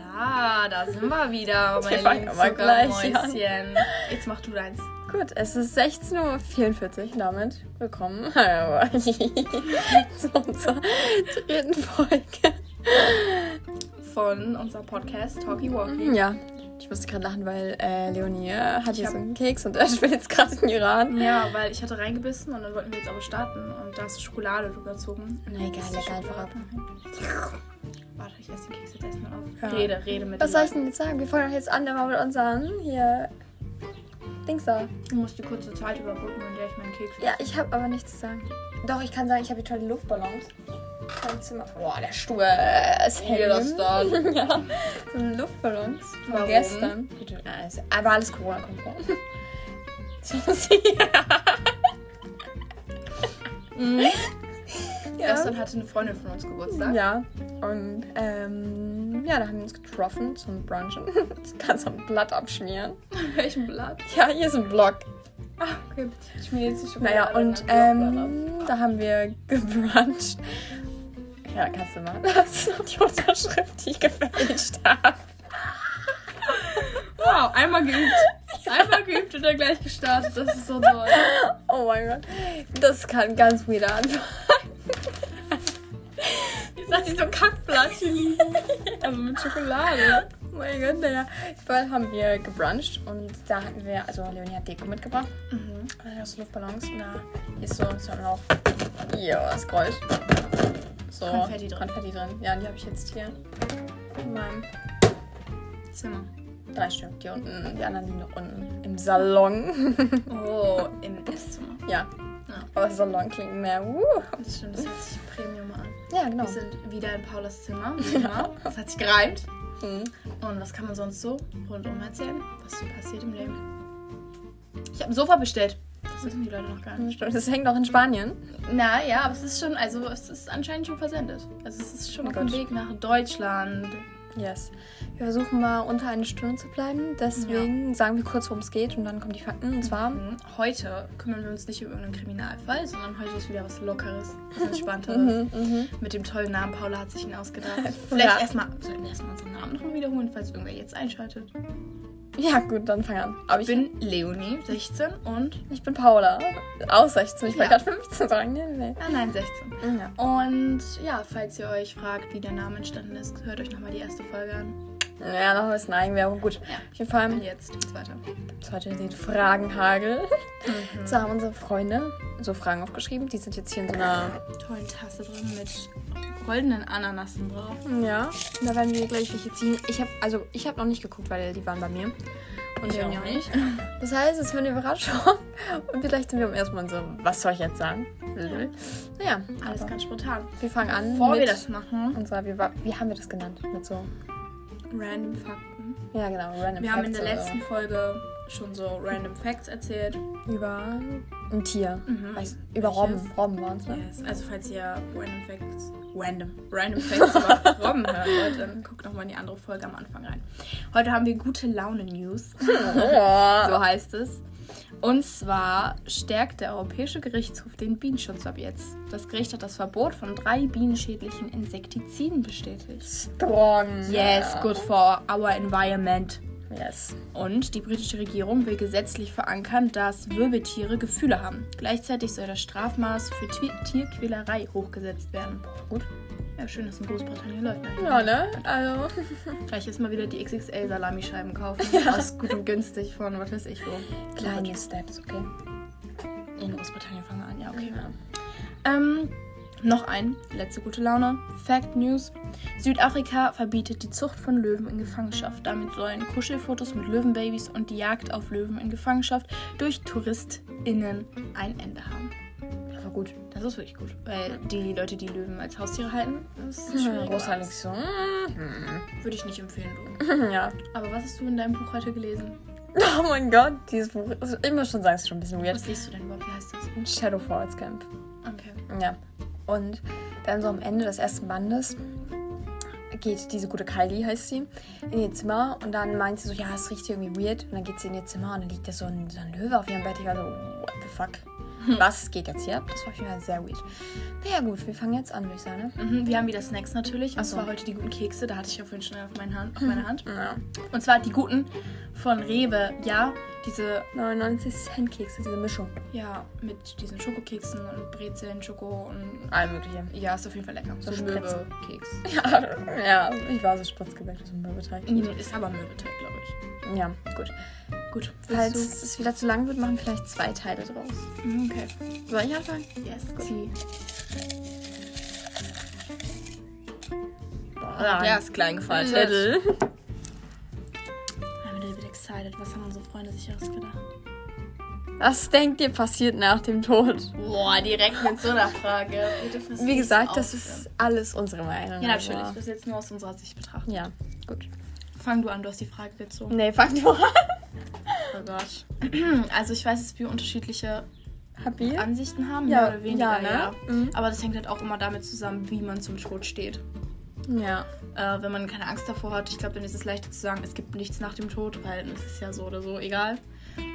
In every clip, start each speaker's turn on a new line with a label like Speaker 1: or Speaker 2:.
Speaker 1: Ja, da sind wir wieder,
Speaker 2: Wir
Speaker 1: meine
Speaker 2: fangen
Speaker 1: lieben
Speaker 2: aber gleich
Speaker 1: Zuckermäuschen. Jetzt mach du deins.
Speaker 2: Gut, es ist 16.44 Uhr damit. Willkommen zu unserer dritten Folge.
Speaker 1: Von unserem Podcast Talkie Walkie.
Speaker 2: Mhm, Ja, ich musste gerade lachen, weil äh, Leonie äh, hat hier
Speaker 1: hab-
Speaker 2: so einen Keks und er spielt jetzt gerade in Iran.
Speaker 1: Ja, weil ich hatte reingebissen und dann wollten wir jetzt aber starten. Und da hast du Schokolade drüber gezogen. Mhm.
Speaker 2: Na egal, lecker einfach ab.
Speaker 1: Warte, ich esse den Keks jetzt erstmal auf.
Speaker 2: Ja.
Speaker 1: Rede, rede mit
Speaker 2: Was
Speaker 1: den
Speaker 2: soll ich
Speaker 1: Leuten.
Speaker 2: denn jetzt sagen? Wir fangen doch jetzt an, mal mit unseren hier Dings da.
Speaker 1: Du musst die kurze Zeit überbrücken, in der ich meinen Keks
Speaker 2: Ja, ich habe aber nichts zu sagen. Doch, ich kann sagen, ich habe hier tolle Luftballons. Vom Zimmer. Boah, der Stuhl äh, ist
Speaker 1: Wie
Speaker 2: hell.
Speaker 1: das dann?
Speaker 2: ja, so ein Luftballons von
Speaker 1: Warum?
Speaker 2: gestern. Ja, ist- Aber alles Corona-konform. So muss ich-
Speaker 1: Mhm.
Speaker 2: ja.
Speaker 1: Gestern hatte eine Freundin von uns Geburtstag.
Speaker 2: ja, und ähm, ja, da haben wir uns getroffen zum Brunchen. Du kannst am Blatt abschmieren.
Speaker 1: Welchem Blatt?
Speaker 2: Ja, hier ist ein Block.
Speaker 1: Ah, okay. Ich mir jetzt die Schokolade.
Speaker 2: Naja, und
Speaker 1: dann mach du
Speaker 2: ähm, da haben wir gebruncht. Ja, kannst du machen. Das ist noch die Unterschrift, die ich gefälscht habe.
Speaker 1: auch Wow, einmal geübt. Einmal geübt und dann gleich gestartet. Das ist so toll.
Speaker 2: Oh mein Gott. Das kann ganz wieder anfangen.
Speaker 1: Jetzt hat sie so Kackblatt hier liegen. Also mit Schokolade.
Speaker 2: Oh mein Gott, naja. Jedenfalls haben wir gebruncht und da hatten wir, also Leonie hat Deko mitgebracht.
Speaker 1: Mhm.
Speaker 2: Und dann hast du Luftballons und da ist so, so ein Lauf. Ja, das Geräusch. So,
Speaker 1: Konfetti drin.
Speaker 2: Konfetti drin. Ja, und die habe ich jetzt hier in meinem
Speaker 1: Zimmer.
Speaker 2: drei Stück. Die unten, die anderen liegen noch unten im Salon.
Speaker 1: Oh, im Esszimmer.
Speaker 2: Ja.
Speaker 1: Ja.
Speaker 2: Aber Salon klingt mehr. Uh.
Speaker 1: Das stimmt, das hört sich Premium an.
Speaker 2: Ja, genau.
Speaker 1: Wir sind wieder in Paulas Zimmer. wie immer. Das hat sich gereimt.
Speaker 2: Mhm.
Speaker 1: Und was kann man sonst so rundum erzählen? Was so passiert im Leben? Ich habe ein Sofa bestellt. Das wissen die Leute noch gar nicht.
Speaker 2: Stimmt, Das hängt auch in Spanien.
Speaker 1: Na ja, aber es ist schon, also es ist anscheinend schon versendet. Also es ist schon
Speaker 2: Oh
Speaker 1: auf dem
Speaker 2: Gott.
Speaker 1: Weg nach Deutschland.
Speaker 2: Yes. Wir versuchen mal unter eine Stunde zu bleiben. Deswegen sagen wir kurz, worum es geht und dann kommen die Fakten. Und zwar
Speaker 1: Mhm. Heute kümmern wir uns nicht um irgendeinen Kriminalfall, sondern heute ist wieder was Lockeres, was Entspannteres.
Speaker 2: Mhm.
Speaker 1: Mit dem tollen Namen. Paula hat sich ihn ausgedacht. Vielleicht
Speaker 2: Ja.
Speaker 1: erstmal, sollten wir erstmal unseren Namen nochmal wiederholen, falls irgendwer jetzt einschaltet.
Speaker 2: Ja, gut, dann fang an. Aber
Speaker 1: Ich
Speaker 2: ich,
Speaker 1: bin Leonie, 16 und.
Speaker 2: ich bin Paula. Aus 16. Ich wollte
Speaker 1: Ja.
Speaker 2: gerade 15 sagen. Nee, nee.
Speaker 1: Ah nein, 16.
Speaker 2: nee. Ja.
Speaker 1: Und ja, falls ihr euch fragt, wie der Name entstanden ist, hört euch nochmal die erste Folge an.
Speaker 2: Ja, noch ein bisschen Eigenwerbung. Gut.
Speaker 1: Ja.
Speaker 2: Auf jeden Fall
Speaker 1: Und jetzt geht's weiter.
Speaker 2: gibt's heute den Fragenhagel.
Speaker 1: Mhm.
Speaker 2: So haben unsere Freunde so Fragen aufgeschrieben. Die sind jetzt hier in so einer.
Speaker 1: Tollen Tasse drin mit goldenen Ananassen drauf.
Speaker 2: Ja. Und da werden wir gleich welche ziehen. Ich habe also ich habe noch nicht geguckt, weil die waren bei mir. Und
Speaker 1: Ich
Speaker 2: Leonie
Speaker 1: auch nicht.
Speaker 2: Das heißt, es wird eine Überraschung. Und vielleicht sind wir am ersten Mal so, was soll ich jetzt sagen? Lul. Naja,
Speaker 1: Alles
Speaker 2: aber
Speaker 1: ganz spontan.
Speaker 2: Wir fangen an
Speaker 1: Bevor
Speaker 2: mit
Speaker 1: wir das machen,
Speaker 2: unserer, wie, war- wie haben wir das genannt? Mit so,
Speaker 1: random Fakten.
Speaker 2: ja genau, random
Speaker 1: Wir haben in
Speaker 2: Facts
Speaker 1: der
Speaker 2: oder
Speaker 1: letzten Folge schon so random Facts erzählt.
Speaker 2: so. über ein Tier.
Speaker 1: Mhm.
Speaker 2: Weiß- über Robben. Robben waren es, ne?
Speaker 1: Yes. Also falls ihr random Facts, random, random Facts über Robben hören wollt, dann guckt nochmal in die andere Folge am Anfang rein. Heute haben wir gute Laune News. So heißt es. Und zwar stärkt der Europäische Gerichtshof den Bienenschutz ab jetzt. Das Gericht hat das Verbot von drei bienenschädlichen Insektiziden bestätigt.
Speaker 2: Strong.
Speaker 1: Yes, good for our environment.
Speaker 2: Yes.
Speaker 1: Und die britische Regierung will gesetzlich verankern, dass Wirbeltiere Gefühle haben. Gleichzeitig soll das Strafmaß für Ti- Tierquälerei hochgesetzt werden.
Speaker 2: Gut.
Speaker 1: Ja, schön, dass in Großbritannien läuft. ne?
Speaker 2: Ja, ne? Also,
Speaker 1: Gleich erstmal wieder die XXL-Salamischeiben kaufen. Aus gut und günstig von, was weiß ich wo.
Speaker 2: kleine Steps, okay.
Speaker 1: In Großbritannien fangen wir an, ja, okay.
Speaker 2: Ja.
Speaker 1: Ähm, noch ein, letzte gute Laune. Fact News. Südafrika verbietet die Zucht von Löwen in Gefangenschaft. Damit sollen Kuschelfotos mit Löwenbabys und die Jagd auf Löwen in Gefangenschaft durch TouristInnen ein Ende haben.
Speaker 2: Aber gut.
Speaker 1: Das ist wirklich gut, weil die Leute, die Löwen als Haustiere halten, das ist schwierig.
Speaker 2: Große Lektion.
Speaker 1: Würde ich nicht empfehlen, du.
Speaker 2: Mhm. Ja.
Speaker 1: Aber was hast du in deinem Buch heute gelesen?
Speaker 2: Oh mein Gott, dieses Buch. ist- Ich muss schon sagen, es ist schon ein bisschen weird.
Speaker 1: Was liest du denn überhaupt? Wie heißt das?
Speaker 2: Shadow Falls Camp.
Speaker 1: Okay.
Speaker 2: Ja. Und dann so am Ende des ersten Bandes geht diese gute Kylie, heißt sie, in ihr Zimmer und dann meint sie so, ja, es riecht hier irgendwie weird. Und dann geht sie in ihr Zimmer und dann liegt da so ein, so ein Löwe auf ihrem Bett. Ich war so, what the fuck? was geht jetzt hier ab? Das war auf jeden Fall sehr weird. Naja, gut, wir fangen jetzt an, würde ich sagen. Ne?
Speaker 1: Mhm, wir haben wieder Snacks natürlich. Und
Speaker 2: Ach so.
Speaker 1: zwar heute die guten Kekse. Da hatte ich ja vorhin schon auf, meinen Hand, auf meiner Hand.
Speaker 2: Ja.
Speaker 1: Und zwar die guten von Rewe. Ja, diese
Speaker 2: 99 Cent Kekse, diese Mischung.
Speaker 1: Ja, mit diesen Schokokeksen und Brezeln, Schoko und.
Speaker 2: All mögliche.
Speaker 1: Ja, ist auf jeden Fall lecker. So,
Speaker 2: So Spritzen.
Speaker 1: Möbelkeks.
Speaker 2: Ja, ja, ich war so spritzgebackt, dass ein Mürbeteig
Speaker 1: Mhm, Ist aber Möbelteig, glaube ich.
Speaker 2: Ja, gut.
Speaker 1: Gut.
Speaker 2: Falls
Speaker 1: willst
Speaker 2: es wieder zu lang wird, machen wir vielleicht zwei Teile draus.
Speaker 1: du- Mhm, Okay.
Speaker 2: Soll ich anfangen?
Speaker 1: Yes. Tea.
Speaker 2: Boah,
Speaker 1: ist klein gefaltet. I'm a little bit excited. Was haben unsere Freunde sich ausgedacht?
Speaker 2: Was denkt ihr passiert nach dem Tod?
Speaker 1: Boah, direkt mit so einer Frage.
Speaker 2: Wie gesagt, das ist alles unsere Meinung.
Speaker 1: Ja, natürlich.
Speaker 2: also-
Speaker 1: Das ist jetzt nur aus unserer Sicht betrachtet.
Speaker 2: Ja, gut.
Speaker 1: Fang du an, du hast die Frage gezogen.
Speaker 2: Nee, fang du an.
Speaker 1: Oh Gott. Also, ich weiß, dass wir unterschiedliche
Speaker 2: Hab ich?
Speaker 1: Ansichten haben,
Speaker 2: Ja,
Speaker 1: mehr oder weniger,
Speaker 2: ja, ne?
Speaker 1: ja.
Speaker 2: Mhm.
Speaker 1: Aber das hängt halt auch immer damit zusammen, wie man zum Tod steht.
Speaker 2: Ja.
Speaker 1: Äh, wenn man keine Angst davor hat, ich glaube, dann ist es leichter zu sagen, es gibt nichts nach dem Tod, weil es ist ja so oder so egal.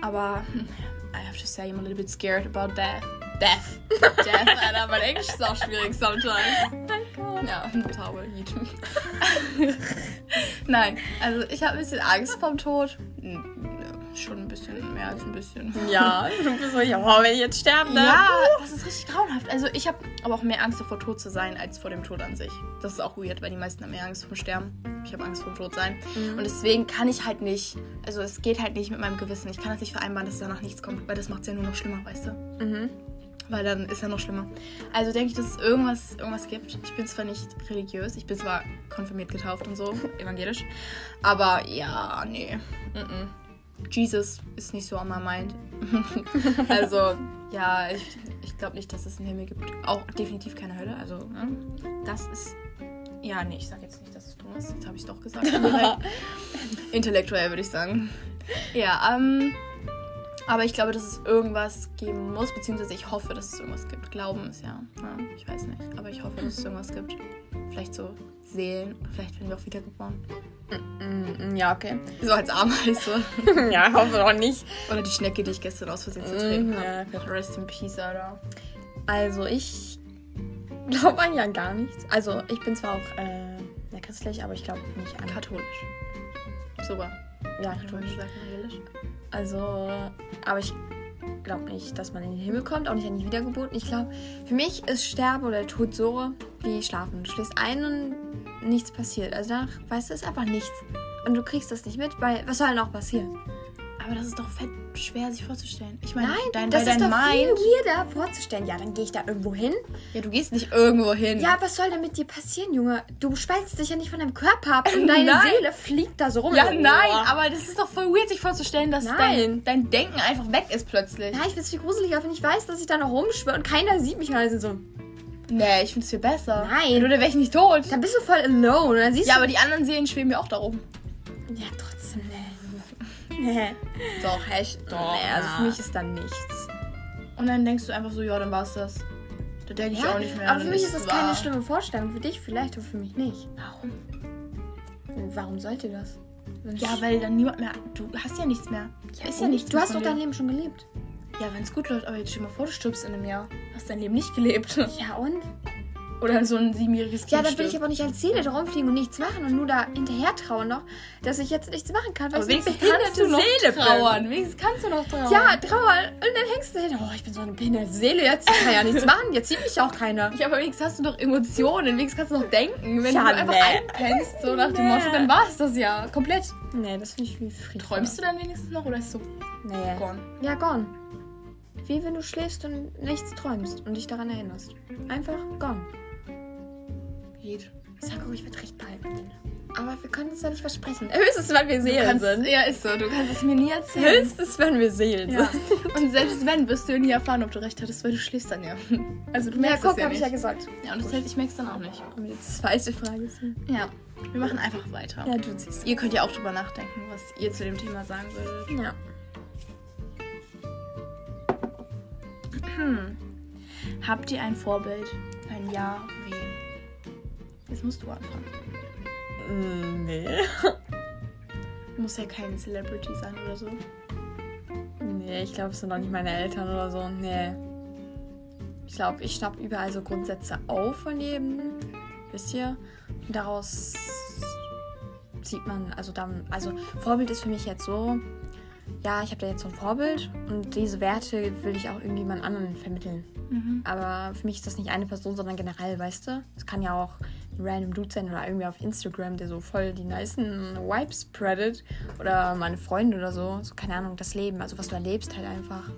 Speaker 1: Aber hm, I have to say, I'm a little bit scared about death. Death. Death, Alter, mein Englisch ist auch schwierig
Speaker 2: Oh
Speaker 1: sometimes. Ja, Taube, yeet. Nein, also ich habe ein bisschen Angst vom Tod. Hm, Schon ein bisschen mehr als ein bisschen.
Speaker 2: Ja, du bist so, ja, wenn ich jetzt sterbe, ne?
Speaker 1: Ja, das ist richtig grauenhaft. Also ich habe aber auch mehr Angst davor, tot zu sein, als vor dem Tod an sich. Das ist auch weird, weil die meisten haben mehr Angst vom Sterben. Ich habe Angst vom Tod sein. Und deswegen kann ich halt nicht, also es geht halt nicht mit meinem Gewissen. Ich kann das nicht vereinbaren, dass danach nichts kommt, weil das macht es ja nur noch schlimmer, weißt du?
Speaker 2: Mhm.
Speaker 1: Weil dann ist ja noch schlimmer. Also denke ich, dass es irgendwas, irgendwas gibt. Ich bin zwar nicht religiös, ich bin zwar konfirmiert getauft und so, evangelisch. Aber ja, nee. Mm-mm. Jesus ist nicht so on my mind. also, ja, ich, ich glaube nicht, dass es einen Himmel gibt. Auch definitiv keine Hölle. Also, ne? das ist. Ja, nee, ich sag jetzt nicht, dass es dumm ist. Jetzt habe ich es doch gesagt. Intellektuell würde ich sagen. Ja, ähm. Aber ich glaube, dass es irgendwas geben muss, beziehungsweise ich hoffe, dass es irgendwas gibt. Glauben ist ja, ja ich weiß nicht, aber ich hoffe, dass es irgendwas gibt. Vielleicht so Seelen, vielleicht werden wir auch wiedergeboren.
Speaker 2: Mhm, ja, okay.
Speaker 1: So als Ameise.
Speaker 2: ja, ich hoffe doch nicht.
Speaker 1: Oder die Schnecke, die ich gestern aus Versehen zertreten
Speaker 2: Mhm, ja,
Speaker 1: habe.
Speaker 2: okay.
Speaker 1: Rest in peace, Alter.
Speaker 2: Also, ich glaube eigentlich an gar nichts. Also, ich bin zwar auch äh, ja, christlich, aber ich glaube nicht an.
Speaker 1: Katholisch. Sogar.
Speaker 2: ja,
Speaker 1: Katholisch sagt man ehrlich.
Speaker 2: Also, aber ich glaube nicht, dass man in den Himmel kommt, auch nicht an die Wiedergeburt. Ich glaube, für mich ist Sterben oder Tod so wie Schlafen. Du schläfst ein und nichts passiert. Also danach weißt du, es ist einfach nichts. Und du kriegst das nicht mit, weil was soll denn auch passieren?
Speaker 1: Aber das ist doch fett schwer, sich vorzustellen. Ich meine, dein,
Speaker 2: das
Speaker 1: weil
Speaker 2: ist
Speaker 1: dein
Speaker 2: doch viel
Speaker 1: Mind.
Speaker 2: weirder vorzustellen. Ja, dann gehe ich da irgendwo hin.
Speaker 1: Ja, du gehst nicht irgendwo hin.
Speaker 2: Ja, was soll denn mit dir passieren, Junge? Du spaltest dich ja nicht von deinem Körper ab und deine
Speaker 1: Ähm, Nein.
Speaker 2: Seele fliegt da so rum.
Speaker 1: Ja,
Speaker 2: Also,
Speaker 1: nein,
Speaker 2: boah.
Speaker 1: aber das ist doch voll weird, sich vorzustellen, dass dein,
Speaker 2: Nein.
Speaker 1: dein Denken einfach weg ist plötzlich.
Speaker 2: Ja, ich find's viel gruseliger, wenn ich weiß, dass ich da noch rumschwöre und keiner sieht mich und alle sind so.
Speaker 1: Nee, ich find's viel besser.
Speaker 2: Nein.
Speaker 1: Nur dann wäre ich nicht tot.
Speaker 2: Dann bist du voll alone. Dann siehst
Speaker 1: Ja,
Speaker 2: du
Speaker 1: aber die anderen Seelen schweben ja auch da oben.
Speaker 2: Ja, trotzdem, ne. Nee.
Speaker 1: Doch, echt. Doch.
Speaker 2: Nee, also für mich ist dann nichts.
Speaker 1: Und dann denkst du einfach so, ja, dann war's das. Da denke ich auch nicht mehr.
Speaker 2: aber
Speaker 1: dann
Speaker 2: für mich ist das
Speaker 1: wahr.
Speaker 2: keine schlimme Vorstellung. Für dich vielleicht, aber für mich nicht.
Speaker 1: Warum?
Speaker 2: Warum sollte das?
Speaker 1: Ja, weil dann niemand mehr. Du hast ja nichts mehr. ist ja nichts
Speaker 2: Du
Speaker 1: mehr
Speaker 2: hast
Speaker 1: von
Speaker 2: doch dein
Speaker 1: dir.
Speaker 2: Leben schon gelebt.
Speaker 1: Ja, wenn's gut läuft, aber jetzt stell dir mal vor, du stirbst in einem Jahr. Hast dein Leben nicht gelebt.
Speaker 2: Ja, und?
Speaker 1: Oder so ein siebenjähriges Kind.
Speaker 2: Ja, dann will ich
Speaker 1: stirbt.
Speaker 2: aber nicht als Seele da rumfliegen und nichts machen und nur da hinterher trauen noch, dass ich jetzt nichts machen kann, weil
Speaker 1: aber
Speaker 2: ich eine
Speaker 1: wenigstens
Speaker 2: behinderte
Speaker 1: kannst du noch
Speaker 2: Seele
Speaker 1: trauern. Wenigstens kannst du noch trauern.
Speaker 2: bin. Ja, trauern. Und dann hängst du hin. Oh, ich bin so eine behinderte Seele. Jetzt kann ich ja nichts machen. Jetzt sieht mich auch keiner.
Speaker 1: Ja, aber wenigstens hast du noch Emotionen, wenigstens kannst du noch denken. Wenn
Speaker 2: Ja,
Speaker 1: du einfach
Speaker 2: nee.
Speaker 1: einpennst, so nach dem
Speaker 2: Nee.
Speaker 1: Motto, dann war es das ja. Komplett.
Speaker 2: Nee, das finde ich wie friedlich.
Speaker 1: Träumst du dann wenigstens noch oder ist so
Speaker 2: Nee.
Speaker 1: gone?
Speaker 2: Ja, gone. Wie wenn du schläfst und nichts träumst und dich daran erinnerst. Einfach gone.
Speaker 1: Geht.
Speaker 2: Ich sag auch, ich werde recht behalten. Aber wir können uns da nicht versprechen. Höchstens, wenn wir Seelen
Speaker 1: Kannst,
Speaker 2: sind.
Speaker 1: ja, ist so. Du kannst es mir nie erzählen.
Speaker 2: Höchstens, wenn wir Seelen
Speaker 1: Ja.
Speaker 2: sind.
Speaker 1: Und selbst wenn, wirst du ja nie erfahren, ob du recht hattest, weil du schläfst dann ja. Also du
Speaker 2: Ja,
Speaker 1: merkst
Speaker 2: guck,
Speaker 1: es ja
Speaker 2: habe ich
Speaker 1: nicht.
Speaker 2: ja gesagt.
Speaker 1: ja, und das heißt, ich merk's dann auch nicht.
Speaker 2: Und jetzt zweite Frage. Oh, ist-
Speaker 1: Ja. Wir machen einfach weiter.
Speaker 2: Ja, du siehst.
Speaker 1: Ihr könnt ja auch drüber nachdenken, was ihr zu dem Thema sagen würdet.
Speaker 2: Ja.
Speaker 1: Habt ihr ein Vorbild? Ein Ja, wen? Jetzt musst du anfangen.
Speaker 2: Nee.
Speaker 1: Muss ja kein Celebrity sein oder so.
Speaker 2: Nee, ich glaube, es sind noch nicht meine Eltern oder so. Nee. Ich glaube, ich schnapp überall so Grundsätze auf von Leben. Wisst ihr? Und daraus sieht man, also dann, also Vorbild ist für mich jetzt so, ja, ich habe da jetzt so ein Vorbild und diese Werte will ich auch irgendjemand anderen vermitteln.
Speaker 1: Mhm.
Speaker 2: Aber für mich ist das nicht eine Person, sondern generell, weißt du? Es kann ja auch ein random Dude sein oder irgendwie auf Instagram, der so voll die nicen Vibes spreadet. Oder meine Freunde oder so. So, keine Ahnung, das Leben. Also, was du erlebst halt einfach.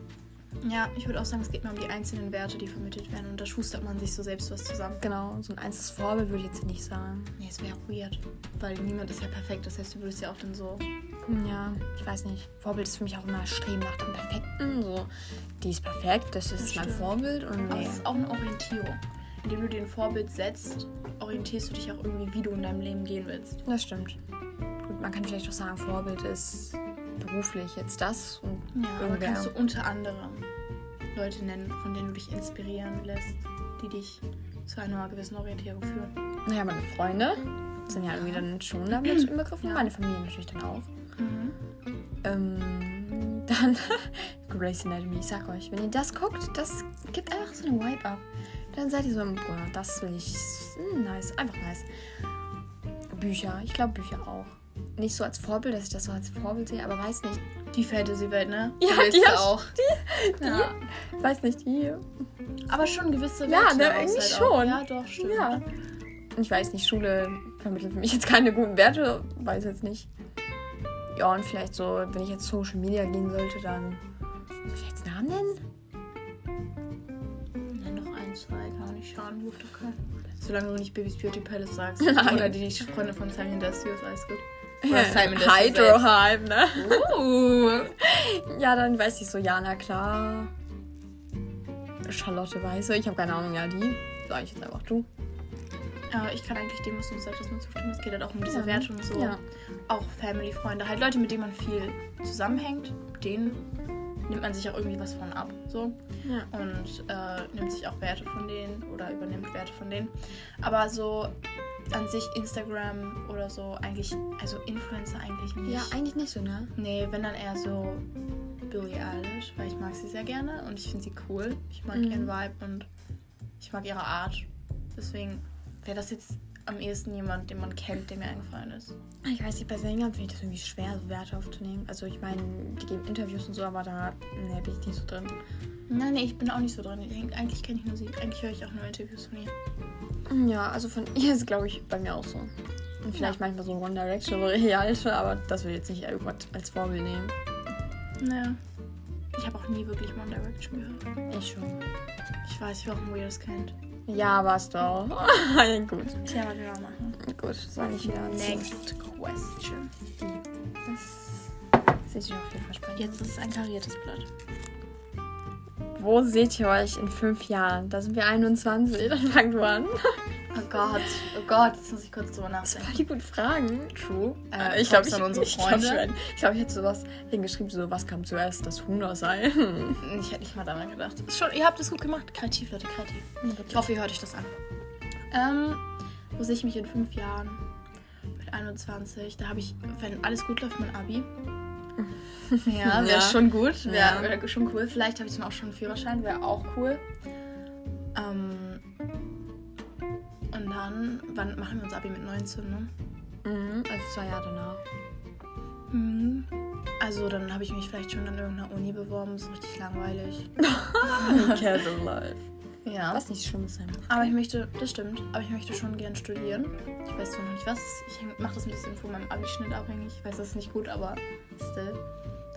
Speaker 1: Ja, ich würde auch sagen, es geht mir um die einzelnen Werte, die vermittelt werden. Und da schustert man sich so selbst was zusammen.
Speaker 2: Genau, so ein einziges Vorbild würde ich jetzt nicht sagen.
Speaker 1: Nee, es wäre weird. Weil niemand ist ja perfekt. Das heißt, du würdest ja auch dann so.
Speaker 2: Hm, Ja, ich weiß nicht. Vorbild ist für mich auch immer Streben nach dem Perfekten. So, die ist perfekt, das ist mein
Speaker 1: stimmt.
Speaker 2: Vorbild. Und
Speaker 1: Aber
Speaker 2: nee.
Speaker 1: es ist auch eine Orientierung. Indem du dir ein Vorbild setzt, orientierst du dich auch irgendwie, wie du in deinem Leben gehen willst.
Speaker 2: das stimmt. Gut, man kann vielleicht auch sagen, Vorbild ist beruflich jetzt das und
Speaker 1: aber
Speaker 2: irgendwer.
Speaker 1: kannst du unter anderem Leute nennen, von denen du dich inspirieren lässt, die dich zu einer gewissen Orientierung führen.
Speaker 2: Naja, meine Freunde sind ja irgendwie dann schon damit im Begriff und meine Familie natürlich dann auch. Mhm. Ähm, dann Grace Anatomy, ich sag euch, wenn ihr das guckt, das gibt einfach so eine Wipe ab. Dann seid ihr so im Bruder. Das will ich. hm, Nice, einfach nice. Bücher, ich glaube Bücher auch. Nicht so als Vorbild, dass ich das so als Vorbild sehe, aber weiß nicht.
Speaker 1: Die Fantasy-Welt, ne?
Speaker 2: Ja,
Speaker 1: willst
Speaker 2: die
Speaker 1: du
Speaker 2: hast-
Speaker 1: auch. ja.
Speaker 2: Weiß nicht, die.
Speaker 1: Aber schon gewisse
Speaker 2: Ja,
Speaker 1: Werte
Speaker 2: ne,
Speaker 1: daraus
Speaker 2: irgendwie
Speaker 1: halt auch.
Speaker 2: schon.
Speaker 1: Ja, doch, stimmt.
Speaker 2: Ja. Ich weiß nicht, Schule vermittelt für mich jetzt keine guten Werte, weiß jetzt nicht. Ja, und vielleicht so, wenn ich jetzt Social Media gehen sollte, dann. Soll ich jetzt Namen nennen?
Speaker 1: Nenn doch ein, zwei, kann auch nicht schaden, juckt doch keinen. Solange du nicht Babys Beauty Palace sagst.
Speaker 2: Nein.
Speaker 1: Oder die, die Freunde von Simon Destius, alles gut. Oder Simon Destius. selbst.
Speaker 2: Hydroheim, ne?
Speaker 1: Uh.
Speaker 2: Ja, dann weiß ich so, Jana, klar. Charlotte Weiße, ich habe keine Ahnung, ja, die. Sag ich jetzt einfach du.
Speaker 1: Äh, ich kann eigentlich dem, was du gesagt hast, nur zustimmen. Es geht halt auch um diese
Speaker 2: Ja.
Speaker 1: Werte und so.
Speaker 2: Ja.
Speaker 1: Auch Family, Freunde, halt Leute, mit denen man viel zusammenhängt, denen nimmt man sich auch irgendwie was von ab. So.
Speaker 2: Ja.
Speaker 1: und äh, nimmt sich auch Werte von denen oder übernimmt Werte von denen. Aber so an sich Instagram oder so eigentlich, also Influencer eigentlich nicht.
Speaker 2: Ja, eigentlich nicht so, ne?
Speaker 1: nee, wenn dann eher so Billie Eilish, weil ich mag sie sehr gerne und ich finde sie cool. Ich mag
Speaker 2: Mhm.
Speaker 1: ihren Vibe und ich mag ihre Art. Deswegen wäre das jetzt am ehesten jemand, den man kennt, der mir eingefallen ist.
Speaker 2: Ich weiß nicht, bei Sängern finde ich das irgendwie schwer, so Werte aufzunehmen. Also ich meine, die geben Interviews und so, aber da ne, bin ich nicht so drin.
Speaker 1: Nein, nee, ich bin auch nicht so drin. Eigentlich kenne ich nur sie. Eigentlich höre ich auch nur Interviews von ihr.
Speaker 2: Ja, also von ihr ist, glaube ich, bei mir auch so. Und vielleicht manchmal so One Direction oder Realte, aber das will ich jetzt nicht irgendwas als Vorbild nehmen.
Speaker 1: Naja. Ich habe auch nie wirklich One Direction gehört.
Speaker 2: Ich schon.
Speaker 1: Ich weiß nicht, warum ihr das kennt.
Speaker 2: Ja, warst du auch. ja, gut.
Speaker 1: Tja, was wir mal machen.
Speaker 2: Gut, soll ich wieder
Speaker 1: Next question.
Speaker 2: Das seht ihr auf vielversprechend.
Speaker 1: Jetzt ist es ein kariertes Blatt.
Speaker 2: Wo seht ihr euch in fünf Jahren? Da sind wir 21, dann fangen wir an.
Speaker 1: Oh Gott, oh Gott, jetzt muss ich kurz drüber
Speaker 2: Das
Speaker 1: nachdenken.
Speaker 2: waren die guten Fragen. True.
Speaker 1: Äh,
Speaker 2: Äh, ich glaube,
Speaker 1: Props
Speaker 2: ich,
Speaker 1: an unsere
Speaker 2: ich, glaub,
Speaker 1: Freunde.
Speaker 2: ich, werd- ich, glaub, ich hätte sowas hingeschrieben, so was kam zuerst, das Huhn oder sei.
Speaker 1: Ich hätte nicht mal daran gedacht. Ist Schon, ihr habt es gut gemacht. Kreativ, Leute, kreativ. Ich hoffe, ihr hört euch das an. Ähm, wo sehe ich mich in fünf Jahren? Mit 21. Da habe ich, wenn alles gut läuft, mein Abi. Ja, wäre
Speaker 2: Ja.
Speaker 1: schon gut. Wäre
Speaker 2: Ja.
Speaker 1: wär schon cool. Vielleicht habe ich dann auch schon einen Führerschein. Wäre auch cool. Ähm, und dann, wann machen wir unser Abi mit 19, ne?
Speaker 2: Mhm, also zwei Jahre danach.
Speaker 1: Mhm. Also dann habe ich mich vielleicht schon an irgendeiner Uni beworben, ist richtig langweilig.
Speaker 2: Who cares in life?
Speaker 1: Ja.
Speaker 2: Was nicht Schlimmes sein muss.
Speaker 1: Aber ich möchte, das stimmt, aber ich möchte schon gern studieren. Ich weiß zwar noch nicht was, ich mache das ein bisschen von meinem Abischnitt abhängig. Ich weiß, das ist nicht gut, aber still.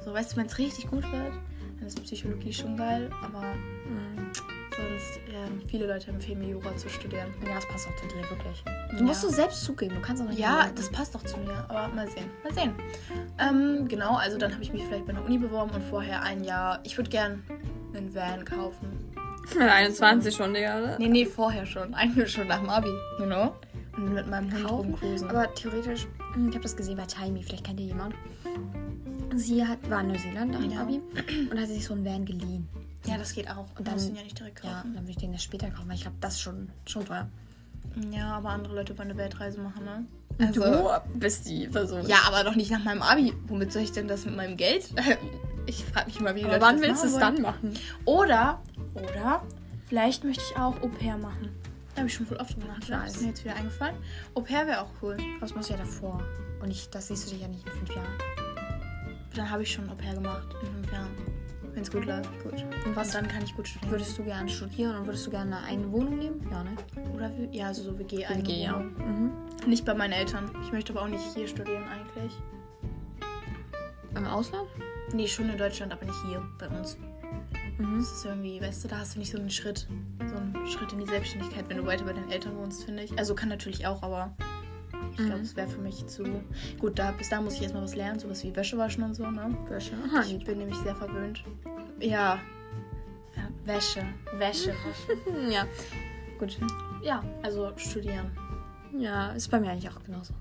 Speaker 1: So, weißt du, wenn es richtig gut wird, dann ist Psychologie schon geil, aber
Speaker 2: Mhm.
Speaker 1: sonst, ähm, viele Leute empfehlen mir Jura zu studieren.
Speaker 2: Ja, das passt auch zu dir, wirklich. Du
Speaker 1: Ja.
Speaker 2: musst es selbst zugeben, du kannst auch nicht.
Speaker 1: Ja,
Speaker 2: sagen.
Speaker 1: das passt doch zu mir, aber mal sehen. Mal sehen. Ähm, genau, also dann habe ich mich vielleicht bei einer Uni beworben und vorher ein Jahr. Ich würde gern einen Van kaufen.
Speaker 2: Mit 21 schon, Digga. Ne?
Speaker 1: Nee, nee, vorher schon. Eigentlich schon nach dem Abi, you know? Und mit meinem Hund
Speaker 2: kaufen.
Speaker 1: rumcruisen.
Speaker 2: Aber theoretisch, hm, ich habe das gesehen bei Timey, vielleicht kennt ihr jemand. Sie hat, war in Neuseeland nach dem
Speaker 1: Ja.
Speaker 2: Abi und hat sich so einen Van geliehen.
Speaker 1: ja, das geht auch. Und
Speaker 2: dann-
Speaker 1: dann ihn ja nicht direkt
Speaker 2: Ja,
Speaker 1: kaufen.
Speaker 2: dann würde ich den das später kaufen, weil ich glaube, das ist schon, schon teuer.
Speaker 1: Ja. aber andere Leute wollen eine Weltreise machen, ne?
Speaker 2: Also du bist die Person.
Speaker 1: Ja, aber doch nicht nach meinem Abi. Womit soll ich denn das mit meinem Geld? Ich frage mich immer, wie die
Speaker 2: aber
Speaker 1: Leute
Speaker 2: wann
Speaker 1: das
Speaker 2: willst du es
Speaker 1: machen
Speaker 2: dann machen?
Speaker 1: wollen. Oder, oder, Vielleicht möchte ich auch Au pair machen. Da habe ich schon voll oft drüber nachgedacht.
Speaker 2: Nice.
Speaker 1: Ist mir jetzt wieder eingefallen. Au pair wäre auch cool.
Speaker 2: Was machst du ja davor? Und ich, das siehst du dich ja nicht in fünf Jahren.
Speaker 1: Dann habe ich schon Au pair gemacht in fünf Jahren. Wenn es gut läuft. Gut.
Speaker 2: Und
Speaker 1: Was
Speaker 2: was
Speaker 1: dann kann ich gut studieren.
Speaker 2: würdest du gerne studieren und würdest du gerne eine eigene Wohnung nehmen? Ja, ne?
Speaker 1: Oder wie- ja, also so WG eigentlich.
Speaker 2: WG, ja. Mhm.
Speaker 1: Nicht bei meinen Eltern. Ich möchte aber auch nicht hier studieren eigentlich.
Speaker 2: Im Ausland?
Speaker 1: Nee, schon in Deutschland, aber nicht hier bei uns.
Speaker 2: Mhm.
Speaker 1: Das ist irgendwie, weißt du, da hast du nicht so einen Schritt, so einen Schritt in die Selbstständigkeit, wenn du weiter bei deinen Eltern wohnst, finde ich. Also kann natürlich auch, aber ich glaube,
Speaker 2: Mhm.
Speaker 1: es wäre für mich zu. Gut, da, bis da muss ich erstmal was lernen, sowas wie Wäsche waschen und so, ne?
Speaker 2: Wäsche.
Speaker 1: Ich bin nämlich sehr verwöhnt. Ja. Ja, Wäsche, Wäsche.
Speaker 2: Hm, Ja. Gut.
Speaker 1: ja, also studieren.
Speaker 2: Ja, ist bei mir eigentlich auch genauso.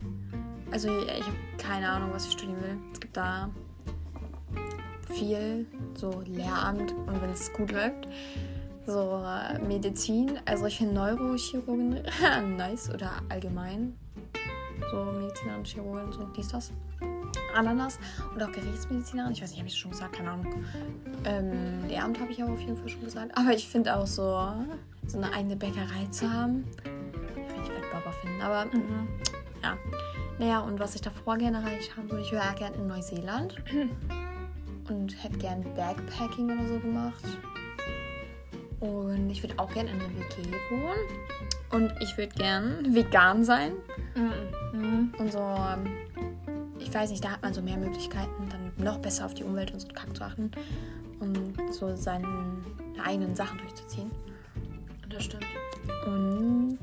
Speaker 2: Also ich habe keine Ahnung, was ich studieren will. Es gibt da viel, so Lehramt und wenn es gut läuft, so äh, Medizin. Also ich finde Neurochirurgen nice oder allgemein. So Mediziner und Chirurgen, so dies, das. Ananas und auch Gerichtsmedizinerin. Ich weiß nicht, habe ich das schon gesagt? Keine Ahnung. Ähm, Lehramt habe ich aber auf jeden Fall schon gesagt. Aber ich finde auch so, so eine eigene Bäckerei zu haben. Ich werde Baba finden. Aber ja. Naja, und was ich davor gerne erreicht haben würde, ich wäre gerne in Neuseeland. Und hätte gern Backpacking oder so gemacht. Und ich würde auch gern in einer WG wohnen. Und ich würde gern vegan sein.
Speaker 1: Mhm.
Speaker 2: Und so, ähm, ich weiß nicht, da hat man so mehr Möglichkeiten, dann noch besser auf die Umwelt und so einen Kack zu achten. Und so seine eigenen Sachen durchzuziehen.
Speaker 1: Das stimmt.
Speaker 2: Und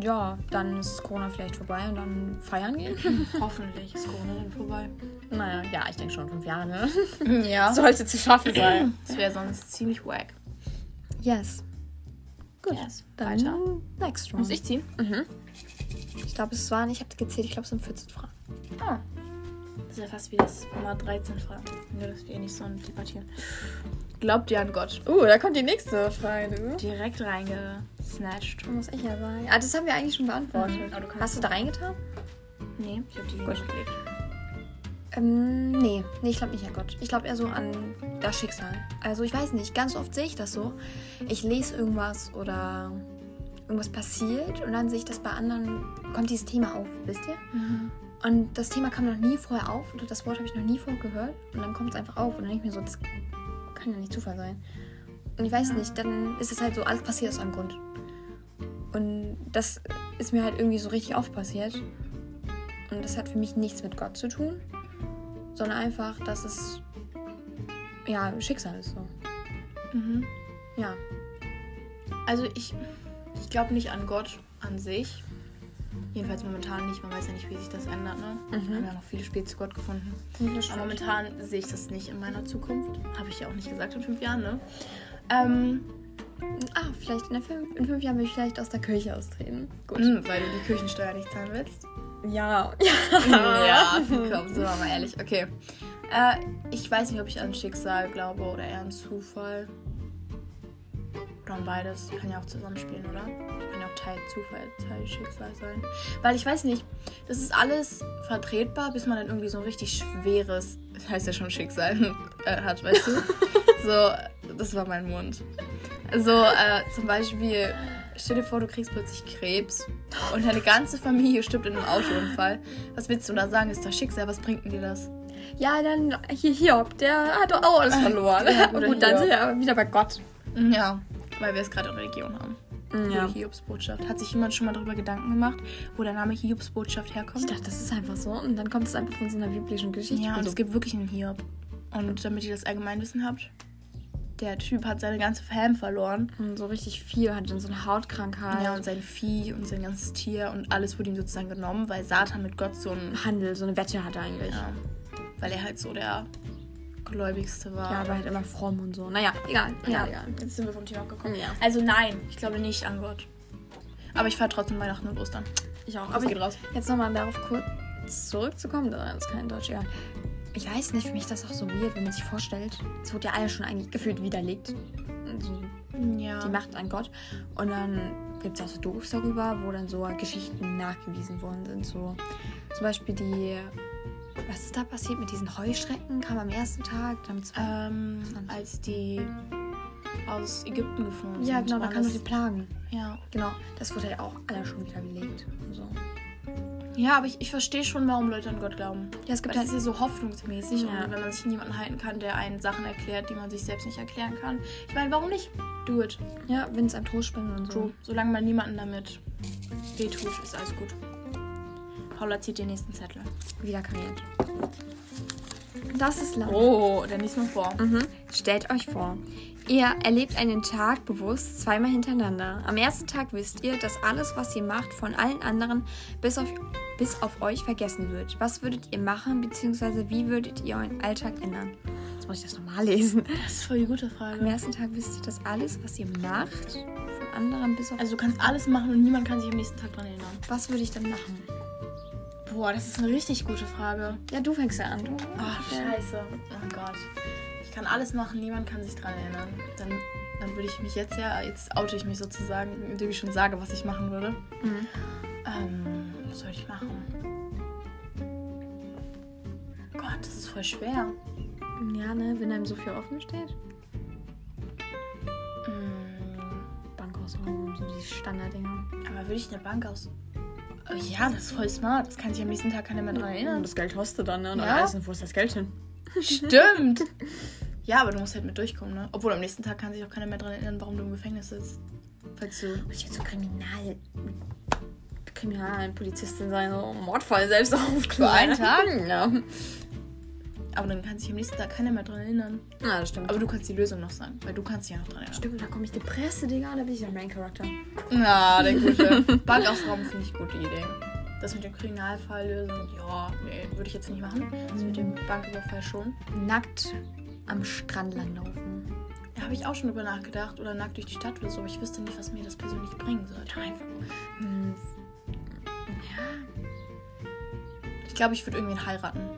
Speaker 2: ja, dann ist Corona vielleicht vorbei und dann feiern gehen.
Speaker 1: Hoffentlich ist Corona dann vorbei.
Speaker 2: naja, ja, ich denke schon fünf Jahre, ne?
Speaker 1: Ja.
Speaker 2: Sollte zu schaffen sein.
Speaker 1: Das wäre sonst ziemlich wack.
Speaker 2: Yes. Gut.
Speaker 1: Yes.
Speaker 2: Dann
Speaker 1: Weiter.
Speaker 2: next round.
Speaker 1: Muss ich ziehen?
Speaker 2: ich glaube, es waren, ich habe gezählt, ich glaube, es sind 14 Fragen.
Speaker 1: Ah. Das ist ja fast wie das Format 13 Fragen. Nur, dass wir nicht so ein debattieren. Glaubt ihr an Gott?
Speaker 2: Oh, da kommt die nächste Frage, du.
Speaker 1: Direkt reingesnatcht.
Speaker 2: Muss ich ja sagen. Ah, das haben wir eigentlich schon beantwortet.
Speaker 1: Mhm, aber du kannst
Speaker 2: Hast du da reingetan?
Speaker 1: Nee, ich hab die
Speaker 2: Gut.
Speaker 1: Gut. gelegt.
Speaker 2: Ähm, nee. Nee, ich glaube nicht an Gott. Ich glaube eher so an das Schicksal. Also ich weiß nicht, ganz oft sehe ich das so. Ich lese irgendwas oder irgendwas passiert und dann sehe ich, dass bei anderen kommt dieses Thema auf, wisst ihr? Und das Thema kam noch nie vorher auf oder das Wort habe ich noch nie vorher gehört und dann kommt es einfach auf und dann denke ich mir so, das kann ja nicht Zufall sein. Und ich weiß nicht, dann ist es halt so, alles passiert aus einem Grund. Und das ist mir halt irgendwie so richtig oft passiert. Und das hat für mich nichts mit Gott zu tun, sondern einfach, dass es ja Schicksal ist so.
Speaker 1: Mhm.
Speaker 2: Ja.
Speaker 1: Also ich, ich glaube nicht an Gott an sich. Jedenfalls momentan nicht. Man weiß ja nicht, wie sich das ändert. Ne?
Speaker 2: Mhm.
Speaker 1: Wir haben ja noch viele Spiele zu Gott gefunden. Aber momentan sehe ich das nicht in meiner Zukunft. Habe ich ja auch nicht gesagt in fünf Jahren, ne? Ähm,
Speaker 2: Ah, vielleicht in, der fünf, in fünf Jahren will ich vielleicht aus der Kirche austreten. Gut.
Speaker 1: mh, weil du die Kirchensteuer nicht zahlen willst.
Speaker 2: Ja.
Speaker 1: ja, komm, sind wir mal ehrlich. Okay. Äh, ich weiß nicht, ob ich an Schicksal glaube oder eher an Zufall. Oder an beides. Kann ja auch zusammenspielen, oder? Kann ja auch Teil Zufall, Teil Schicksal sein. Weil ich weiß nicht, das ist alles vertretbar, bis man dann irgendwie so ein richtig schweres, das heißt ja schon Schicksal, äh, hat, weißt du? so, das war mein Mund. So, äh, zum Beispiel, stell dir vor, du kriegst plötzlich Krebs und deine ganze Familie stirbt in einem Autounfall. Was willst du da sagen? Ist das Schicksal? Was bringt denn dir das?
Speaker 2: Ja, dann hier Hiob, der hat doch auch alles verloren.
Speaker 1: Äh, Ja,
Speaker 2: gut,
Speaker 1: guter
Speaker 2: dann
Speaker 1: Hiob.
Speaker 2: sind wir aber wieder bei Gott.
Speaker 1: Ja, weil wir es gerade in Religion haben.
Speaker 2: Ja.
Speaker 1: Die Hiobsbotschaft. Hat sich jemand schon mal darüber Gedanken gemacht, wo der Name Hiobsbotschaft
Speaker 2: Ich
Speaker 1: herkommt?
Speaker 2: dachte, das ist einfach so. Und dann kommt es einfach von so einer biblischen Geschichte.
Speaker 1: Ja, und
Speaker 2: also,
Speaker 1: es gibt wirklich einen Hiob. Und damit ihr das Allgemeinwissen habt, der Typ hat seine ganze Fam verloren.
Speaker 2: und so richtig viel hat dann so eine Hautkrankheit.
Speaker 1: Ja, und sein Vieh und sein ganzes Tier und alles wurde ihm sozusagen genommen, weil Satan mit Gott so ein.
Speaker 2: Handel, so eine Wette hat er eigentlich. Ja,
Speaker 1: Ja,
Speaker 2: Ähm,
Speaker 1: weil er halt so der Gläubigste war.
Speaker 2: aber halt immer fromm und so. Naja, egal.
Speaker 1: Ja,
Speaker 2: Ja, egal.
Speaker 1: jetzt sind wir vom Thema abgekommen.
Speaker 2: Ja.
Speaker 1: Also nein, ich glaube nicht an Gott. Aber ich fahre trotzdem Weihnachten und Ostern.
Speaker 2: Ich auch.
Speaker 1: Das
Speaker 2: Aber
Speaker 1: geht raus.
Speaker 2: Jetzt nochmal darauf kurz zurückzukommen, da ist kein Deutsch, egal. Ich weiß nicht, für mich ist das auch so weird, wenn man sich vorstellt, es wurde ja alles schon eigentlich gefühlt widerlegt. Also, So
Speaker 1: Ja.
Speaker 2: die Macht an Gott. Und dann gibt es auch so Dokus darüber, wo dann so Geschichten nachgewiesen worden sind. So zum Beispiel die, was ist da Äh, passiert mit diesen Heuschrecken? Kam am ersten Tag, dann am zweiten.
Speaker 1: ähm, als die Ähm, aus Ägypten gefunden.
Speaker 2: Ja, genau, da
Speaker 1: waren
Speaker 2: kann man
Speaker 1: das,
Speaker 2: die Plagen.
Speaker 1: ja.
Speaker 2: Genau, das wurde halt auch alle schon wieder belegt. und So.
Speaker 1: ja, aber ich, ich verstehe schon, warum Leute an Gott glauben.
Speaker 2: Ja, es
Speaker 1: Weil
Speaker 2: gibt
Speaker 1: das
Speaker 2: halt
Speaker 1: ist ja so hoffnungsmäßig
Speaker 2: Ja.
Speaker 1: und wenn man sich an jemanden halten kann, der einen Sachen erklärt, die man sich selbst nicht erklären kann. Ich meine, warum nicht? Do it.
Speaker 2: Ja, wenn es einem Trost spendet und so.
Speaker 1: True. Solange man niemanden damit wehtut, ist alles gut. Paula zieht den nächsten Zettel.
Speaker 2: Wieder kariert. Das ist laut.
Speaker 1: Oh, dann lies mal vor.
Speaker 2: Mhm. Stellt euch vor, ihr erlebt einen Tag bewusst zweimal hintereinander. Am ersten Tag wisst ihr, dass alles, was ihr macht, von allen anderen bis auf, bis auf euch vergessen wird. Was würdet ihr machen, beziehungsweise wie würdet ihr euren Alltag ändern? Jetzt muss ich das nochmal lesen.
Speaker 1: Das ist voll die gute
Speaker 2: Am
Speaker 1: Frage.
Speaker 2: ersten Tag wisst ihr, dass alles, was ihr macht, von anderen bis auf...
Speaker 1: Also du kannst alles machen und niemand kann sich am nächsten Tag dran erinnern.
Speaker 2: was würde ich dann machen?
Speaker 1: Boah, das ist eine richtig gute Frage. Ah,
Speaker 2: Ja, du fängst ja an. Du.
Speaker 1: Ach, scheiße. Oh Gott. Ich kann alles machen, niemand kann sich dran erinnern. Dann, dann würde ich mich jetzt ja, jetzt oute ich mich sozusagen, indem ich schon sage, was ich machen würde.
Speaker 2: Mhm.
Speaker 1: Ähm, was soll ich machen? Gott, das ist voll schwer.
Speaker 2: Ja, ne, wenn einem so viel offen steht.
Speaker 1: Mm.
Speaker 2: Bankausraum, so die Standarddinger.
Speaker 1: Aber würde ich eine Bank aus. Oh ja, das ist voll smart. Das kann sich am nächsten Tag keiner mehr dran erinnern.
Speaker 2: Das Geld hast du dann, ne?
Speaker 1: Und dann weißt
Speaker 2: wo ist das Geld hin?
Speaker 1: Stimmt. Ja, aber du musst halt mit durchkommen, ne? Obwohl am nächsten Tag kann sich auch keiner mehr dran erinnern, warum du im Gefängnis sitzt. Falls du.
Speaker 2: Ich will so Kriminal. Kriminalpolizistin sein, so Mordfall selbst aufklären.
Speaker 1: einen Tag?
Speaker 2: Ja.
Speaker 1: Aber dann kann sich am nächsten Tag keiner mehr dran erinnern.
Speaker 2: ja, Ah, das stimmt.
Speaker 1: Aber du kannst die Lösung noch sagen, weil du kannst dich ja noch dran erinnern.
Speaker 2: Also, stimmt, da komme ich die Presse, Digga, da bin ich ja mein Charakter.
Speaker 1: Na, der gute. Bankausraum finde ich gute Idee. Das mit dem Kriminalfall lösen, ja, nee, würde ich jetzt nicht machen. Das mit
Speaker 2: Mhm.
Speaker 1: dem Banküberfall schon.
Speaker 2: Nackt am Strand langlaufen.
Speaker 1: Da habe ich auch schon drüber nachgedacht. Oder nackt durch die Stadt oder so, aber ich wüsste nicht, was mir das persönlich bringen sollte.
Speaker 2: Einfach. Hm.
Speaker 1: Ich glaube, ich würde irgendwen heiraten.
Speaker 2: Ja.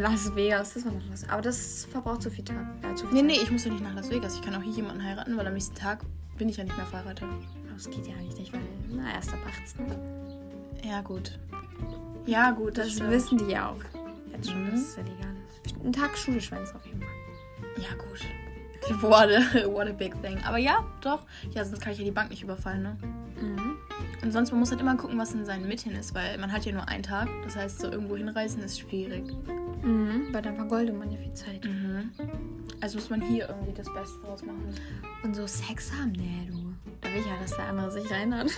Speaker 2: Las Vegas, das war noch was. Aber das verbraucht zu viel Tag. Ja, zu viel
Speaker 1: Nee,
Speaker 2: Zeit.
Speaker 1: nee, ich muss ja nicht nach Las Vegas. Ich kann auch hier jemanden heiraten, weil am nächsten Tag bin ich ja nicht mehr verheiratet.
Speaker 2: Aber Das geht ja eigentlich nicht, weil, na, erst ab 18.
Speaker 1: Ja, gut. Ja, gut, das,
Speaker 2: Das
Speaker 1: stimmt.
Speaker 2: wissen die ja auch. Jetzt schon,
Speaker 1: Mhm.
Speaker 2: dass es illegal ist. Ein Tag Schule schwänzt auf jeden Fall.
Speaker 1: Ja, gut. What a, what a big thing. Aber ja, doch. Ja, sonst kann ich ja die Bank nicht überfallen, ne?
Speaker 2: Mhm.
Speaker 1: Und sonst, man muss halt immer gucken, was in seinen Mitteln ist, weil man hat ja nur einen Tag. Das heißt, so irgendwo hinreisen ist schwierig.
Speaker 2: Mhm. Weil dann vergoldet man ja viel Zeit.
Speaker 1: Mhm. Also muss man hier irgendwie das Beste draus machen.
Speaker 2: Und so Sex haben? Nee, du. Da will ich ja, dass der andere sich erinnert.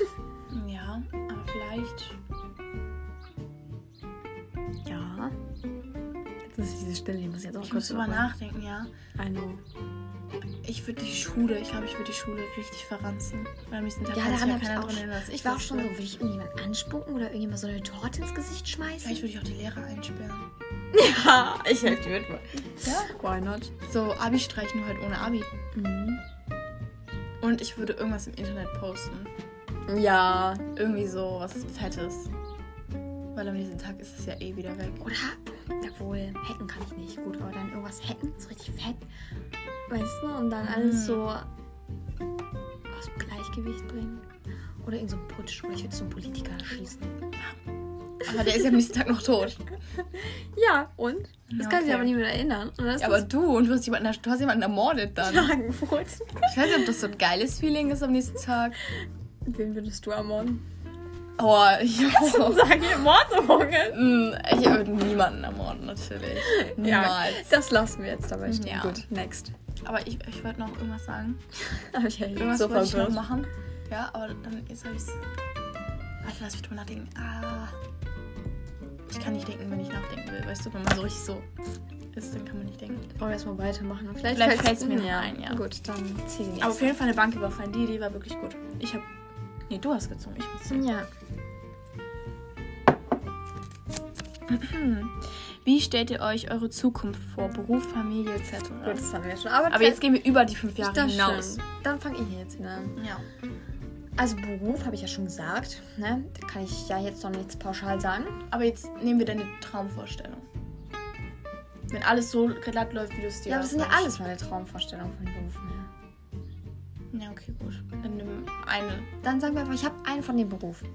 Speaker 1: Ja, aber vielleicht.
Speaker 2: Ja. Jetzt ist diese Stille, die muss jetzt auch
Speaker 1: Ich muss drüber nachdenken, ja.
Speaker 2: I know.
Speaker 1: Ich würde die Schule, ich glaube, ich würde die Schule richtig verranzen. Weil am nächsten Tag
Speaker 2: Ja,
Speaker 1: kann sich
Speaker 2: daran habe ich
Speaker 1: keiner
Speaker 2: auch
Speaker 1: dran erinnern,
Speaker 2: schon.
Speaker 1: dass
Speaker 2: Ich war auch
Speaker 1: das
Speaker 2: schon so,
Speaker 1: bin.
Speaker 2: würde ich irgendjemand anspucken oder irgendjemand so eine Torte ins Gesicht schmeißen?
Speaker 1: Vielleicht würde ich auch die Lehrer einsperren.
Speaker 2: Ja, ich helfe dir mit.
Speaker 1: Ja?
Speaker 2: Why not?
Speaker 1: So, Abi streichen nur halt ohne Abi.
Speaker 2: Mhm.
Speaker 1: Und ich würde irgendwas im Internet posten.
Speaker 2: Ja.
Speaker 1: Irgendwie so was Fettes. Weil am nächsten Tag ist es ja eh wieder weg.
Speaker 2: Oder? Obwohl, hacken kann ich nicht. Gut, aber dann irgendwas hacken, so richtig fett. Weißt du? Und dann alles so aus dem Gleichgewicht bringen. Oder in so einen Putsch. Oder ich würde so einen Politiker schießen.
Speaker 1: Aber der ist ja am nächsten Tag noch tot.
Speaker 2: Ja, und? Das
Speaker 1: Ja,
Speaker 2: kann sich
Speaker 1: okay.
Speaker 2: aber niemand erinnern. Und das
Speaker 1: Ja, aber
Speaker 2: ist
Speaker 1: du, und du hast jemanden, du hast jemanden ermordet dann.
Speaker 2: Angebot.
Speaker 1: Ich weiß nicht, ob das so ein geiles Feeling ist am nächsten Tag.
Speaker 2: Wen würdest du ermorden?
Speaker 1: Oh, ich,
Speaker 2: Sag ich Morddrohungen.
Speaker 1: Mm, ich würde niemanden ermorden, natürlich.
Speaker 2: Ja,
Speaker 1: Niemals.
Speaker 2: das lassen wir jetzt dabei stehen.
Speaker 1: Ja.
Speaker 2: Gut, next.
Speaker 1: Aber ich, ich wollte noch irgendwas sagen.
Speaker 2: Aber ich hätte
Speaker 1: Irgendwas
Speaker 2: so
Speaker 1: wollte ich noch
Speaker 2: verwirrt.
Speaker 1: machen. Ja, aber dann jetzt habe ich es. Warte, lass mich drüber nachdenken. Ah. Ich kann nicht denken, wenn ich nachdenken will. Weißt du, wenn man so richtig so ist, dann kann man nicht denken.
Speaker 2: Wollen wir erstmal weitermachen? Vielleicht,
Speaker 1: Vielleicht
Speaker 2: fällt's-
Speaker 1: fällt's mir noch ein, ja.
Speaker 2: Gut, dann zieh die nächste.
Speaker 1: Aber auf jeden Fall eine Bank überfallen. Die Idee war wirklich gut. Ich habe. Nee, du hast gezogen. Ich muss ziehen.
Speaker 2: Ja.
Speaker 1: Wie stellt ihr euch eure Zukunft vor? Beruf, Familie etc.
Speaker 2: Gut, das haben wir schon. Aber,
Speaker 1: Aber jetzt gehen wir über die fünf Jahre
Speaker 2: das
Speaker 1: hinaus.
Speaker 2: hinaus. Dann fange ich jetzt wieder an.
Speaker 1: Ja.
Speaker 2: Also Beruf habe ich ja schon gesagt. Ne? Da kann ich ja jetzt noch nichts pauschal sagen.
Speaker 1: Aber jetzt nehmen wir deine Traumvorstellung. Wenn alles so glatt läuft, wie du es dir
Speaker 2: Ja, aber das sind ja
Speaker 1: ausmachst.
Speaker 2: alles meine Traumvorstellungen von ne? Berufen. her.
Speaker 1: Ja, okay, gut. Dann nimm eine.
Speaker 2: Dann sagen wir einfach, ich habe einen von den Berufen.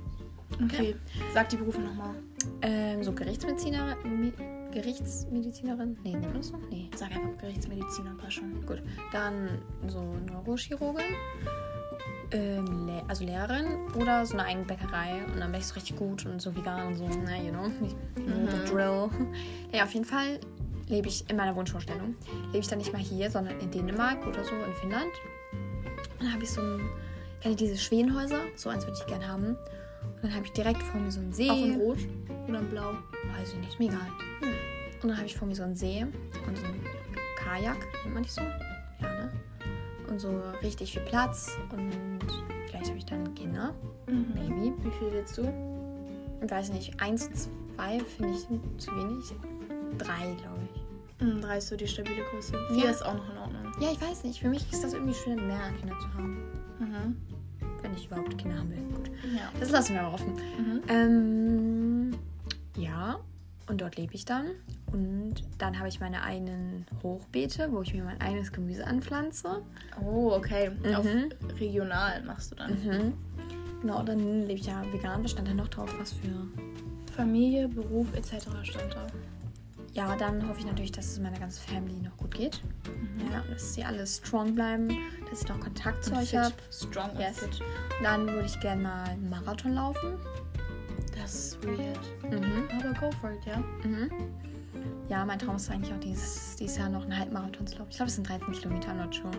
Speaker 1: Okay. Sag die Berufe nochmal.
Speaker 2: Ähm, so Gerichtsmediziner, Me- Gerichtsmedizinerin. Nee, nennt man das noch? Nee.
Speaker 1: Sag einfach Gerichtsmediziner, passt schon.
Speaker 2: Gut. Dann so Neurochirurgin. Ähm, Le also Lehrerin oder so eine eigene Bäckerei und dann wäre ich so richtig gut und so vegan und so, na, you know, ich,
Speaker 1: Mhm.
Speaker 2: the drill. Ja, auf jeden Fall lebe ich in meiner Wunschvorstellung. Lebe ich dann nicht mal hier, sondern in Dänemark oder so, in Finnland. Und dann habe ich so ein, kenne ich diese Schwedenhäuser, so eins würde ich gerne haben. Und dann habe ich direkt vor mir so einen See.
Speaker 1: Auch in Rot oder in Blau.
Speaker 2: Weiß ich nicht, mir egal.
Speaker 1: Hm.
Speaker 2: Und dann habe ich vor mir so einen See und so ein Kajak, nennt man die so? Ja, ne? Und so richtig viel Platz und vielleicht habe ich dann Kinder,
Speaker 1: Mhm.
Speaker 2: maybe.
Speaker 1: Wie viel willst du?
Speaker 2: Ich weiß nicht, eins, zwei finde ich zu wenig. Drei, glaube ich.
Speaker 1: Hm, drei ist so die stabile Größe. Vier ist auch noch in Ordnung.
Speaker 2: Ja, ich weiß nicht. Für mich ist das irgendwie schön, mehr Kinder zu haben.
Speaker 1: Mhm.
Speaker 2: Wenn ich überhaupt Kinder haben will. Gut.
Speaker 1: Ja.
Speaker 2: Das lassen wir mal offen.
Speaker 1: Mhm.
Speaker 2: Ähm, ja, und dort lebe ich dann. Und dann habe ich meine eigenen Hochbeete, wo ich mir mein eigenes Gemüse anpflanze.
Speaker 1: Oh, okay. Auf
Speaker 2: Mhm.
Speaker 1: regional machst du dann.
Speaker 2: Mhm. Genau, dann lebe ich ja vegan. Was stand da noch drauf? Was für.
Speaker 1: Mhm. Familie, Beruf etc. stand da.
Speaker 2: Ja, dann hoffe ich natürlich, dass es meiner ganzen Family noch gut geht.
Speaker 1: Mhm.
Speaker 2: Ja, dass sie alle strong bleiben, dass ich noch Kontakt zu euch
Speaker 1: Fit,
Speaker 2: habe.
Speaker 1: Strong und
Speaker 2: Yes.
Speaker 1: fit.
Speaker 2: Dann würde ich gerne mal einen Marathon laufen.
Speaker 1: Das ist weird.
Speaker 2: Mhm.
Speaker 1: Aber go for it, ja.
Speaker 2: Mhm. Ja, mein Traum ist eigentlich auch dieses, dieses Jahr noch einen Halbmarathon zu laufen. Ich glaube, es sind 13 Kilometer, I'm not sure.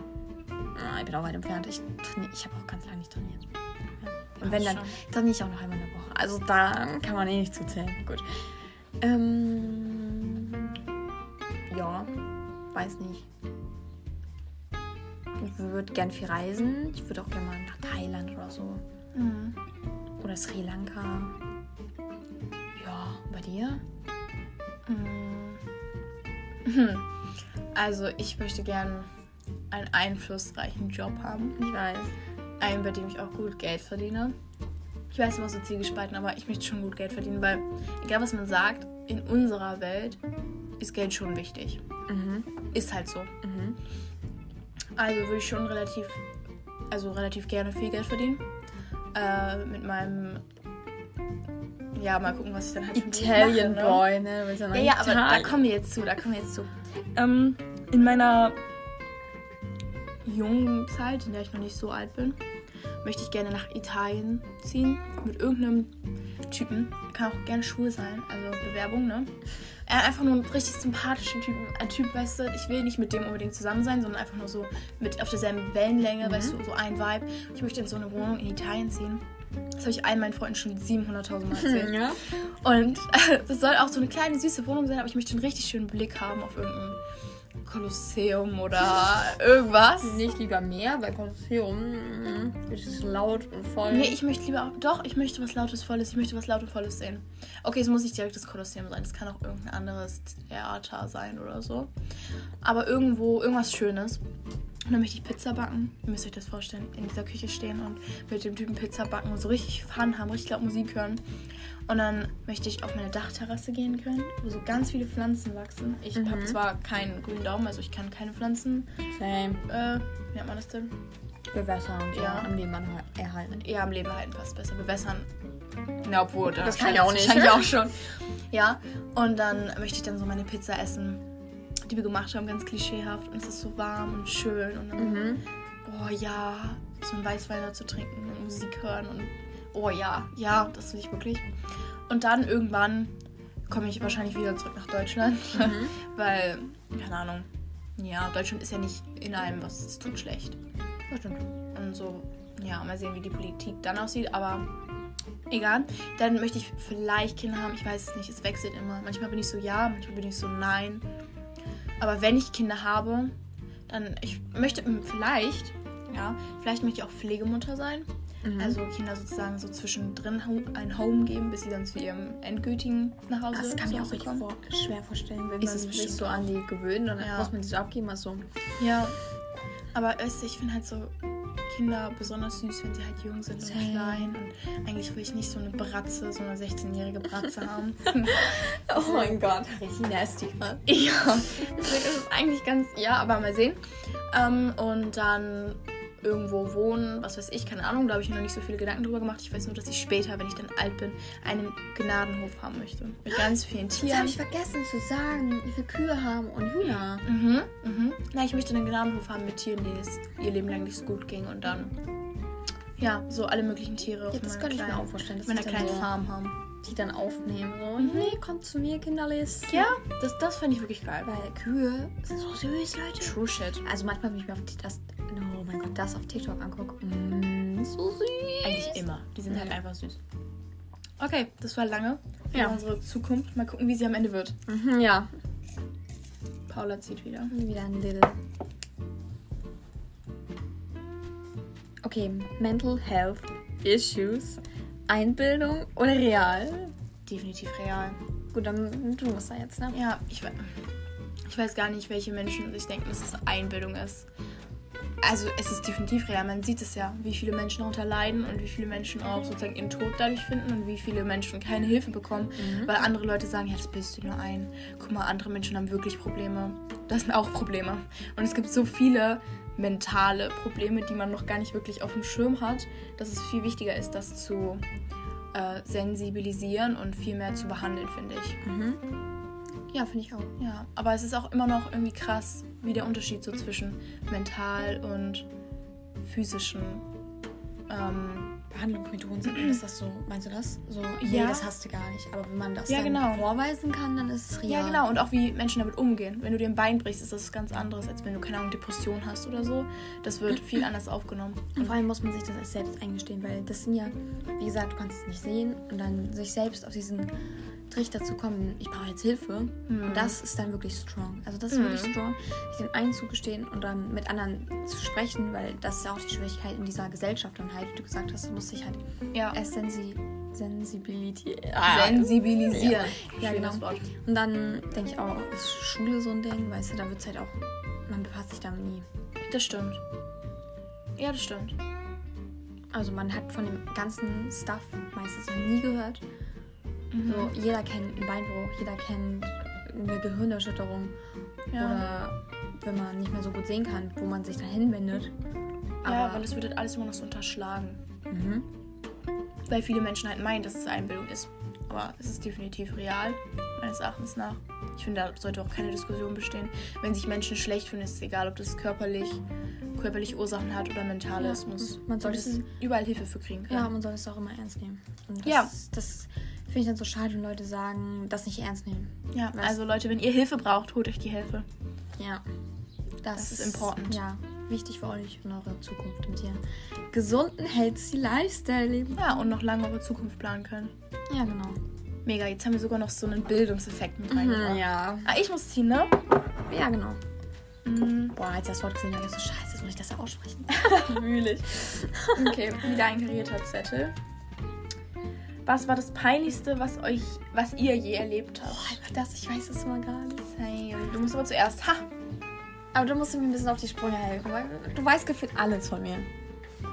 Speaker 2: Ah, Ich bin auch weit entfernt. Ich, traini- ich habe auch ganz lange nicht trainiert. Ja. Und wenn dann,
Speaker 1: Passt
Speaker 2: trainiere ich auch noch einmal in der Woche. Also da kann man eh nicht zu zählen. Gut. Ähm, ja, weiß nicht. Ich würde gern viel reisen. Ich würde auch gerne mal nach Thailand oder so.
Speaker 1: Mhm.
Speaker 2: Oder Sri Lanka. Ja, bei dir?
Speaker 1: Mm. Also ich möchte gerne einen einflussreichen Job haben.
Speaker 2: Ich weiß.
Speaker 1: Einen, bei dem ich auch gut Geld verdiene. Ich weiß immer so zielgespalten, aber ich möchte schon gut Geld verdienen, weil egal was man sagt, in unserer Welt ist Geld schon wichtig.
Speaker 2: Mhm.
Speaker 1: Ist halt so.
Speaker 2: Mhm.
Speaker 1: Also würde ich schon relativ, also relativ gerne viel Geld verdienen. Äh, mit meinem, ja, mal gucken, was ich dann halt für einen Beruf
Speaker 2: Italian
Speaker 1: mache,
Speaker 2: Boy, ne? Willst du mal
Speaker 1: Ja, ja, aber da
Speaker 2: Italien-
Speaker 1: kommen wir jetzt zu, da kommen wir jetzt zu. Ähm, in meiner jungen Zeit, in der ich noch nicht so alt bin, möchte ich gerne nach Italien ziehen mit irgendeinem Typen. Kann auch gerne schwul sein, also Bewerbung, ne? Äh, Einfach nur einen richtig sympathischen Typen. Ein Typ, weißt du, ich will nicht mit dem unbedingt zusammen sein, sondern einfach nur so mit auf derselben Wellenlänge, weißt du, so ein Vibe. Ich möchte in so eine Wohnung in Italien ziehen. Das habe ich allen meinen Freunden schon 700.000 Mal erzählt.
Speaker 2: Hm, ja.
Speaker 1: Und äh, das soll auch so eine kleine süße Wohnung sein, aber ich möchte einen richtig schönen Blick haben auf irgendein Kolosseum oder irgendwas.
Speaker 2: Nicht lieber mehr, weil Kolosseum mm, es ist laut und voll.
Speaker 1: Nee, ich möchte lieber auch. Doch, ich möchte was Lautes Volles. Ich möchte was Lautes Volles sehen. Okay, es muss nicht direkt das Kolosseum sein. Es kann auch irgendein anderes Theater sein oder so. Aber irgendwo, irgendwas Schönes. Und dann möchte ich Pizza backen. Ihr müsst euch das vorstellen. In dieser Küche stehen und mit dem Typen Pizza backen und so richtig Fun haben, richtig laut Musik hören. Und dann möchte ich auf meine Dachterrasse gehen können, wo so ganz viele Pflanzen wachsen. Ich
Speaker 2: Mhm.
Speaker 1: habe zwar keinen grünen Daumen, also ich kann keine Pflanzen,
Speaker 2: Same.
Speaker 1: äh, wie nennt man das denn?
Speaker 2: Bewässerung,
Speaker 1: Ja.
Speaker 2: ja, an dem man halt erhalten.
Speaker 1: Ja, am Leben halten passt besser. Bewässern. Na, obwohl.
Speaker 2: Das kann ich auch nicht.
Speaker 1: Wahrscheinlich auch schon. Ja, und dann möchte ich dann so meine Pizza essen, die wir gemacht haben, ganz klischeehaft. Und es ist so warm und schön. Und dann,
Speaker 2: Mhm.
Speaker 1: oh ja, so einen Weißwein dazu trinken und Musik hören. Und oh ja, ja, das will ich wirklich. Und dann irgendwann komme ich wahrscheinlich wieder zurück nach Deutschland.
Speaker 2: Mhm.
Speaker 1: Weil, keine Ahnung. Ja, Deutschland ist ja nicht in allem, was es tut, schlecht.
Speaker 2: Das stimmt.
Speaker 1: Und so, ja, mal sehen, wie die Politik dann aussieht, aber egal. Dann möchte ich vielleicht Kinder haben, ich weiß es nicht, es wechselt immer. Manchmal bin ich so ja, manchmal bin ich so nein. Aber wenn ich Kinder habe, dann, ich möchte ähm, vielleicht, ja, vielleicht möchte ich auch Pflegemutter sein.
Speaker 2: Mhm.
Speaker 1: Also Kinder sozusagen so zwischendrin ho- ein Home geben, bis sie dann zu ihrem endgültigen nach Hause
Speaker 2: Das kann ich
Speaker 1: zu
Speaker 2: mir auch
Speaker 1: Hause
Speaker 2: richtig
Speaker 1: kommen.
Speaker 2: vor schwer vorstellen, wenn
Speaker 1: Ist
Speaker 2: man
Speaker 1: es
Speaker 2: sich
Speaker 1: bestimmt
Speaker 2: so an die gewöhnt und dann
Speaker 1: Ja.
Speaker 2: muss man die so abgeben. Also,
Speaker 1: Ja, aber weißt du, ich finde halt so Kinder besonders süß, wenn sie halt jung sind
Speaker 2: Same.
Speaker 1: und klein. Und eigentlich will ich nicht so eine Bratze, so eine 16-jährige Bratze haben.
Speaker 2: oh mein Gott, richtig nasty ne? gerade.
Speaker 1: ja, deswegen ist es eigentlich ganz, ja, aber mal sehen. Ähm, und dann irgendwo wohnen, was weiß ich, keine Ahnung, da habe ich mir noch nicht so viele Gedanken drüber gemacht. Ich weiß nur, dass ich später, wenn ich dann alt bin, einen Gnadenhof haben möchte. Mit ganz vielen
Speaker 2: Das habe
Speaker 1: Tieren.
Speaker 2: ich vergessen zu sagen, wie viele Kühe haben und Hühner.
Speaker 1: Mhm, mhm. Na, ich möchte einen Gnadenhof haben mit Tieren, denen es ihr Leben lang nicht so gut ging und dann. Ja, so alle möglichen Tiere.
Speaker 2: Ja, das
Speaker 1: meiner
Speaker 2: könnte ich mir
Speaker 1: kleinen-
Speaker 2: auch vorstellen.
Speaker 1: Auf
Speaker 2: dass
Speaker 1: meiner
Speaker 2: ich dann
Speaker 1: kleinen
Speaker 2: so,
Speaker 1: Farm haben.
Speaker 2: Die dann aufnehmen. So,
Speaker 1: Mhm.
Speaker 2: nee, kommt zu mir, Kinderlis.
Speaker 1: Ja, das, das fand ich wirklich geil.
Speaker 2: Weil Kühe sind so süß, Leute.
Speaker 1: True shit.
Speaker 2: Also manchmal, wenn ich mir auf die, das, oh mein Gott, das auf TikTok angucke, mm, so süß.
Speaker 1: Eigentlich immer. Die sind halt
Speaker 2: Mhm.
Speaker 1: einfach süß. Okay, das war lange.
Speaker 2: Ja.
Speaker 1: Ja. Unsere Zukunft. Mal gucken, wie sie am Ende wird.
Speaker 2: Mhm, ja.
Speaker 1: Paula zieht wieder.
Speaker 2: Wieder ein Dill. Okay, Mental Health Issues. Einbildung oder real?
Speaker 1: Definitiv real.
Speaker 2: Gut, dann du musst da jetzt, ne?
Speaker 1: Ja, ich, we- ich weiß gar nicht, welche Menschen sich denken, dass es Einbildung ist. Also es ist definitiv real. Man sieht es ja, wie viele Menschen darunter leiden und wie viele Menschen auch sozusagen ihren Tod dadurch finden und wie viele Menschen keine Hilfe bekommen, weil andere Leute sagen, ja, das bildest du nur ein. Guck mal, andere Menschen haben wirklich Probleme. Das sind auch Probleme. Und es gibt so viele mentale Probleme, die man noch gar nicht wirklich auf dem Schirm hat, dass es viel wichtiger ist, das zu äh, sensibilisieren und viel mehr zu behandeln, finde ich.
Speaker 2: Mhm. Ja, finde ich auch.
Speaker 1: Ja, aber es ist auch immer noch irgendwie krass, wie der Unterschied so zwischen mental und physischen. Ähm,
Speaker 2: Behandlungsmethoden sind, ist das so, meinst du das? So, nee,
Speaker 1: Ja.
Speaker 2: das hast du gar nicht. Aber wenn man das
Speaker 1: Ja,
Speaker 2: dann
Speaker 1: genau.
Speaker 2: vorweisen kann, dann ist es real.
Speaker 1: ja. genau. Und auch wie Menschen damit umgehen. Wenn du dir ein Bein brichst, ist das ganz anderes, als wenn du, keine Ahnung, Depression hast oder so. Das wird viel anders aufgenommen.
Speaker 2: Und vor allem muss man sich das als selbst eingestehen, weil das sind ja, wie gesagt, du kannst es nicht sehen und dann sich selbst auf diesen Trichter zu kommen, ich brauche jetzt Hilfe. Und das ist dann wirklich strong. Also das ist
Speaker 1: Mhm.
Speaker 2: wirklich strong, sich den einzugestehen und dann mit anderen zu sprechen, weil das ist ja auch die Schwierigkeit in dieser Gesellschaft und halt, wie du gesagt hast, du musst dich halt
Speaker 1: Ja.
Speaker 2: erst sensi sensibilität.
Speaker 1: Sensibilisieren.
Speaker 2: Ja,
Speaker 1: Schönes
Speaker 2: genau.
Speaker 1: Wort.
Speaker 2: Und dann denke ich auch, ist Schule so ein Ding, weißt du, da wird es halt auch, man befasst sich damit nie.
Speaker 1: Das stimmt. Ja, das stimmt.
Speaker 2: Also man hat von dem ganzen Stuff meistens noch nie gehört. So,
Speaker 1: Mhm.
Speaker 2: jeder kennt einen Beinbruch, jeder kennt eine Gehirnerschütterung
Speaker 1: Ja.
Speaker 2: oder wenn man nicht mehr so gut sehen kann, wo man sich dann hinwendet. Aber
Speaker 1: ja, weil es wird halt alles immer noch so unterschlagen.
Speaker 2: mhm.
Speaker 1: Weil viele Menschen halt meinen, dass es Einbildung ist. Aber es ist definitiv real, meines Erachtens nach. Ich finde, da sollte auch keine Diskussion bestehen. Wenn sich Menschen schlecht fühlen, ist es egal, ob das körperlich, körperliche Ursachen hat oder mentale.
Speaker 2: Ja,
Speaker 1: es muss,
Speaker 2: man sollte
Speaker 1: es überall Hilfe für kriegen
Speaker 2: ja,
Speaker 1: können.
Speaker 2: man soll es auch immer ernst nehmen. Und das,
Speaker 1: Ja.
Speaker 2: das finde ich dann so schade, wenn Leute sagen, das nicht ernst nehmen.
Speaker 1: Ja,
Speaker 2: was-
Speaker 1: also Leute, wenn ihr Hilfe braucht, holt euch die Hilfe.
Speaker 2: Ja. Das,
Speaker 1: Das ist important.
Speaker 2: Ja, wichtig für euch und eure Zukunft mit ihrem gesunden, healthy Lifestyle leben.
Speaker 1: Ja, und noch lange eure Zukunft planen können.
Speaker 2: Ja, genau.
Speaker 1: Mega, jetzt haben wir sogar noch so einen Bildungseffekt mit reingebracht.
Speaker 2: Mhm. ja.
Speaker 1: Ah, ich muss ziehen, ne?
Speaker 2: Ja, genau.
Speaker 1: Mhm.
Speaker 2: Boah, als ich das Wort gesehen habe, ich so, scheiße, jetzt muss ich das ja aussprechen.
Speaker 1: Mühlig. Okay, wieder ein karierter Zettel. Was war das Peinlichste, was euch, was ihr je erlebt habt?
Speaker 2: Boah, das, ich weiß es immer gar nicht.
Speaker 1: Oh, Same. Du musst aber zuerst. Ha!
Speaker 2: Aber du musst mir ein bisschen auf die Sprünge helfen, weil du weißt gefühlt alles von mir.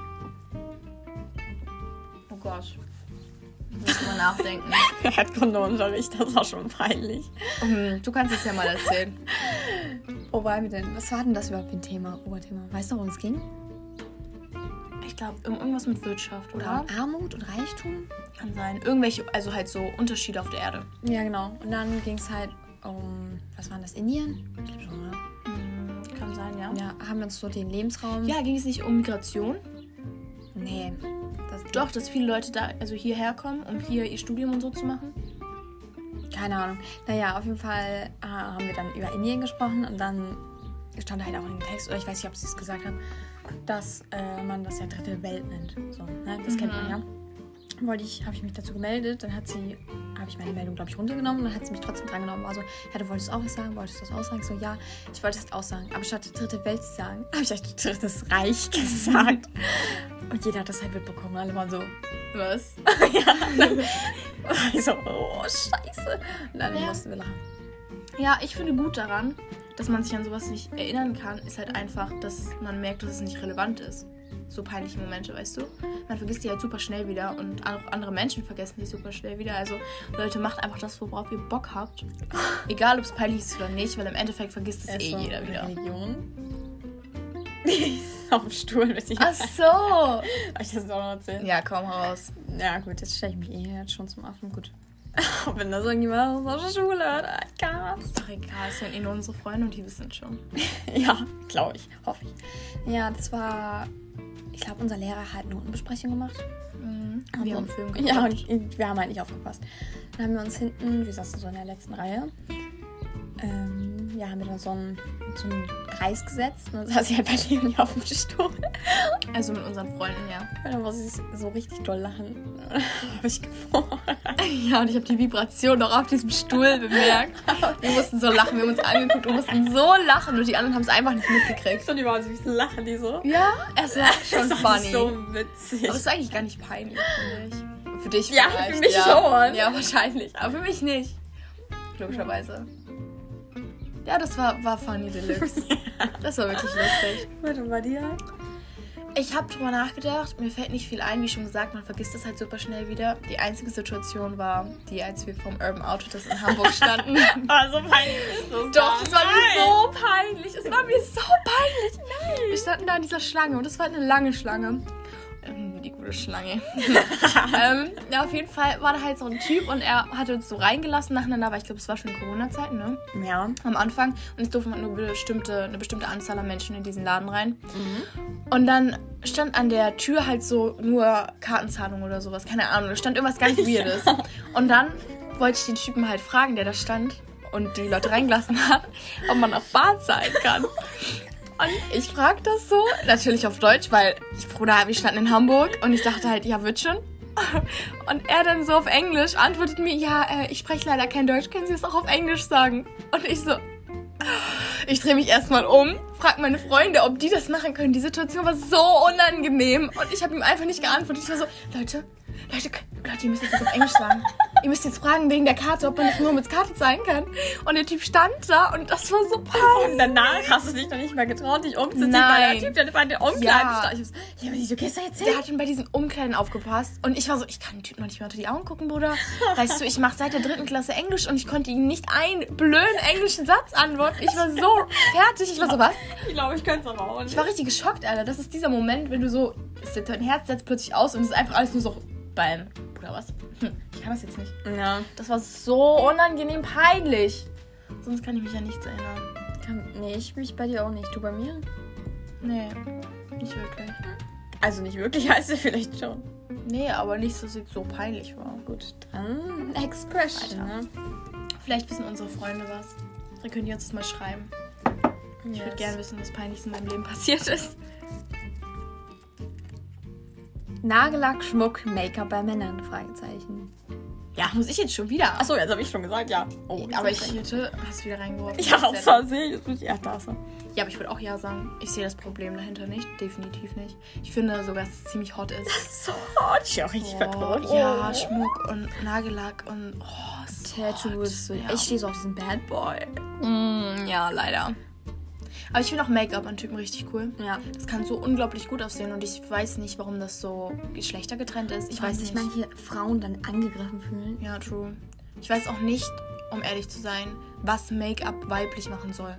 Speaker 1: Oh Gott. Ich muss mal nachdenken.
Speaker 2: Er hat Kondomsunterricht, das war schon peinlich.
Speaker 1: Mhm, du kannst es ja mal erzählen.
Speaker 2: Oh, war mir denn, was war denn das überhaupt für ein Thema, Oberthema? Weißt du, worum es ging?
Speaker 1: Ich glaube, um irgendwas mit Wirtschaft,
Speaker 2: Oder
Speaker 1: oder?
Speaker 2: um Armut und Reichtum?
Speaker 1: Kann sein. Irgendwelche, also halt so Unterschiede auf der Erde.
Speaker 2: Ja, genau. Und dann ging es halt um, was war denn das, Indien? Ich glaube schon, oder?
Speaker 1: Mhm, kann sein, ja.
Speaker 2: Ja, haben wir uns so den Lebensraum...
Speaker 1: Ja, ging es nicht um Migration?
Speaker 2: Nee. Das,
Speaker 1: Doch, dass viele Leute da, also hierher kommen, um hier ihr Studium und so zu machen?
Speaker 2: Keine Ahnung. Naja, auf jeden Fall äh, haben wir dann über Indien gesprochen und dann stand halt auch in dem Text, oder ich weiß nicht, ob sie es gesagt haben, dass äh, man das ja dritte Welt nennt. So, ne? Das kennt man
Speaker 1: Mhm.
Speaker 2: ja. Wollte ich, habe ich mich dazu gemeldet, dann hat sie, habe ich meine Meldung, glaube ich, runtergenommen, dann hat sie mich trotzdem drangenommen. War so, ja, du wolltest auch was sagen, wolltest du das auch sagen? Ich So, ja, ich wollte das auch sagen. Aber statt dritte Welt zu sagen, habe ich eigentlich drittes Reich gesagt. und jeder hat das halt mitbekommen. Alle waren so,
Speaker 1: Was?
Speaker 2: ich so, oh, scheiße. Und dann
Speaker 1: Ja.
Speaker 2: mussten wir lachen.
Speaker 1: Ja, ich finde gut daran, dass man sich an sowas nicht erinnern kann, ist halt einfach, dass man merkt, dass es nicht relevant ist. So peinliche Momente, weißt du? Man vergisst die halt super schnell wieder und auch andere Menschen vergessen die super schnell wieder. Also, Leute, macht einfach das, worauf ihr Bock habt. Egal, ob es peinlich ist oder nicht, weil im Endeffekt vergisst es eh
Speaker 2: war
Speaker 1: jeder wieder.
Speaker 2: Religion. auf dem Stuhl mit ihm.
Speaker 1: Ach so.
Speaker 2: Hab ich das auch noch erzählt?
Speaker 1: Ja, komm raus.
Speaker 2: Ja, gut, jetzt stelle ich mich eh jetzt schon zum Affen. Gut. Wenn das irgendjemand aus der Schule hört, I can't.
Speaker 1: Doch egal, es sind eh nur unsere Freunde und die wissen schon.
Speaker 2: Ja, glaube ich. Hoffe ich. Ja, das war. Ich glaube, unser Lehrer hat Notenbesprechung gemacht.
Speaker 1: Wir haben einen Film geguckt.
Speaker 2: Ja, und ich- wir haben halt nicht aufgepasst. Dann haben wir uns hinten, wir saßen so in der letzten Reihe, ähm, ja, haben wir dann so einen, so einen Kreis gesetzt und dann saß ich halt bei Leonie auf dem Stuhl.
Speaker 1: Also mit unseren Freunden, ja.
Speaker 2: Und dann musste ich so richtig doll lachen. Und dann habe ich gefroren.
Speaker 1: Ja, und ich habe die Vibration noch auf diesem Stuhl bemerkt. Wir mussten so lachen, wir haben uns angeguckt und mussten so lachen und die anderen haben es einfach nicht mitgekriegt.
Speaker 2: Und die waren so, wie lachen die so?
Speaker 1: Ja, es war schon
Speaker 2: Das
Speaker 1: funny.
Speaker 2: ist so witzig.
Speaker 1: Aber es ist eigentlich gar nicht peinlich, finde ich. Für dich
Speaker 2: Ja, für
Speaker 1: vielleicht.
Speaker 2: mich
Speaker 1: ja.
Speaker 2: schon.
Speaker 1: Ja, wahrscheinlich. Aber für mich nicht. Logischerweise. Ja, das war, war funny deluxe. Das war wirklich lustig.
Speaker 2: Warte, halt? bei dir?
Speaker 1: Ich habe drüber nachgedacht, mir fällt nicht viel ein, wie schon gesagt, man vergisst das halt super schnell wieder. Die einzige Situation war die, als wir vom Urban Outfitters in Hamburg standen.
Speaker 2: Aber Ah, so peinlich ist das
Speaker 1: Doch,
Speaker 2: das
Speaker 1: es war mir so peinlich. Es war mir so peinlich. Nein. Wir standen da in dieser Schlange und es war halt eine lange Schlange. Ähm, die gute Schlange. ähm, ja, auf jeden Fall war da halt so ein Typ und er hatte uns so reingelassen nacheinander, aber ich glaube, es war schon Corona-Zeit, ne?
Speaker 2: so... Ja.
Speaker 1: Am Anfang. Und es durfte man nur bestimmte, eine bestimmte Anzahl an Menschen in diesen Laden rein. Und dann stand an der Tür halt so nur Kartenzahlung oder sowas. Keine Ahnung. Da stand irgendwas ganz Weirdes. Und dann wollte ich den Typen halt fragen, der da stand und die Leute reingelassen hat, ob man auf Bar zahlen kann. Und ich frage das so, natürlich auf Deutsch, weil ich, Bruder, wir standen in Hamburg und ich dachte halt, ja, wird schon. Und er dann so auf Englisch antwortet mir, ja, äh, ich spreche leider kein Deutsch, können Sie es auch auf Englisch sagen? Und ich so, ich drehe mich erstmal um, frage meine Freunde, ob die das machen können. Die Situation war so unangenehm und ich habe ihm einfach nicht geantwortet. Ich war so, Leute, Leute, Leute, ihr müsst jetzt auf Englisch sagen. Ihr müsst jetzt fragen wegen der Karte, ob man das nur mit Karte zahlen kann. Und der Typ stand da und das war so peinlich.
Speaker 2: Und danach hast du dich noch nicht mal getraut, dich umzuziehen,
Speaker 1: Nein.
Speaker 2: weil der Typ dann bei der Umkleide
Speaker 1: Ja.
Speaker 2: stand. Ich hab so, ja, aber du gehst da jetzt hin.
Speaker 1: Der hat schon bei diesen Umkleiden aufgepasst. Und ich war so, ich kann den Typen noch nicht mehr unter die Augen gucken, Bruder. Weißt du, ich mache seit der dritten Klasse Englisch und ich konnte ihm nicht einen blöden englischen Satz antworten. Ich war so fertig. Ich war so, was?
Speaker 2: Ich glaube, ich könnte es aber auch nicht.
Speaker 1: Ich war richtig geschockt, Alter. Das ist dieser Moment, wenn du so, ist der- dein Herz setzt plötzlich aus und es ist einfach alles nur so, bam. Bruder, was? Hm, ich kann das jetzt nicht.
Speaker 2: Ja.
Speaker 1: Das war so unangenehm peinlich. Sonst kann ich mich ja nichts erinnern.
Speaker 2: Kann, nee, ich mich bei dir auch nicht. Du bei mir?
Speaker 1: Nee, nicht wirklich.
Speaker 2: Also nicht wirklich, heißt ja vielleicht schon.
Speaker 1: Nee, aber nicht, dass es jetzt so peinlich war.
Speaker 2: Gut, dann next question.
Speaker 1: Weiter.
Speaker 2: ne?
Speaker 1: Vielleicht wissen unsere Freunde was. Dann können die uns das mal schreiben. Ich würde gerne wissen, was peinlichst in meinem Leben passiert ist.
Speaker 2: Nagellack, Schmuck, Make-up bei Männern? Fragezeichen.
Speaker 1: Ja, muss ich jetzt schon wieder.
Speaker 2: Achso, jetzt habe ich schon gesagt, ja. Oh,
Speaker 1: aber ich hätte. Hast du wieder reingeworfen?
Speaker 2: Ja, aus Versehen. Jetzt bin ich echt da. so.
Speaker 1: Ja, aber ich würde auch ja sagen. Ich sehe das Problem dahinter nicht. Definitiv nicht. Ich finde sogar, dass es ziemlich hot ist. Oh,
Speaker 2: So hot. Ich bin auch richtig Oh. verknurrt.
Speaker 1: ja, Schmuck und Nagellack und. Oh, es ist
Speaker 2: Tattoos.
Speaker 1: hot. Ja.
Speaker 2: Ich stehe so auf diesen Bad Boy.
Speaker 1: Mm, ja, leider. Aber ich finde auch Make-up an Typen richtig cool.
Speaker 2: Ja.
Speaker 1: Das kann so unglaublich gut aussehen und ich weiß nicht, warum das so geschlechtergetrennt ist. Ich
Speaker 2: Ich weiß
Speaker 1: weiß
Speaker 2: sich
Speaker 1: nicht.
Speaker 2: manche Frauen dann angegriffen fühlen.
Speaker 1: Ja, true. Ich weiß auch nicht, um ehrlich zu sein, was Make-up weiblich machen soll.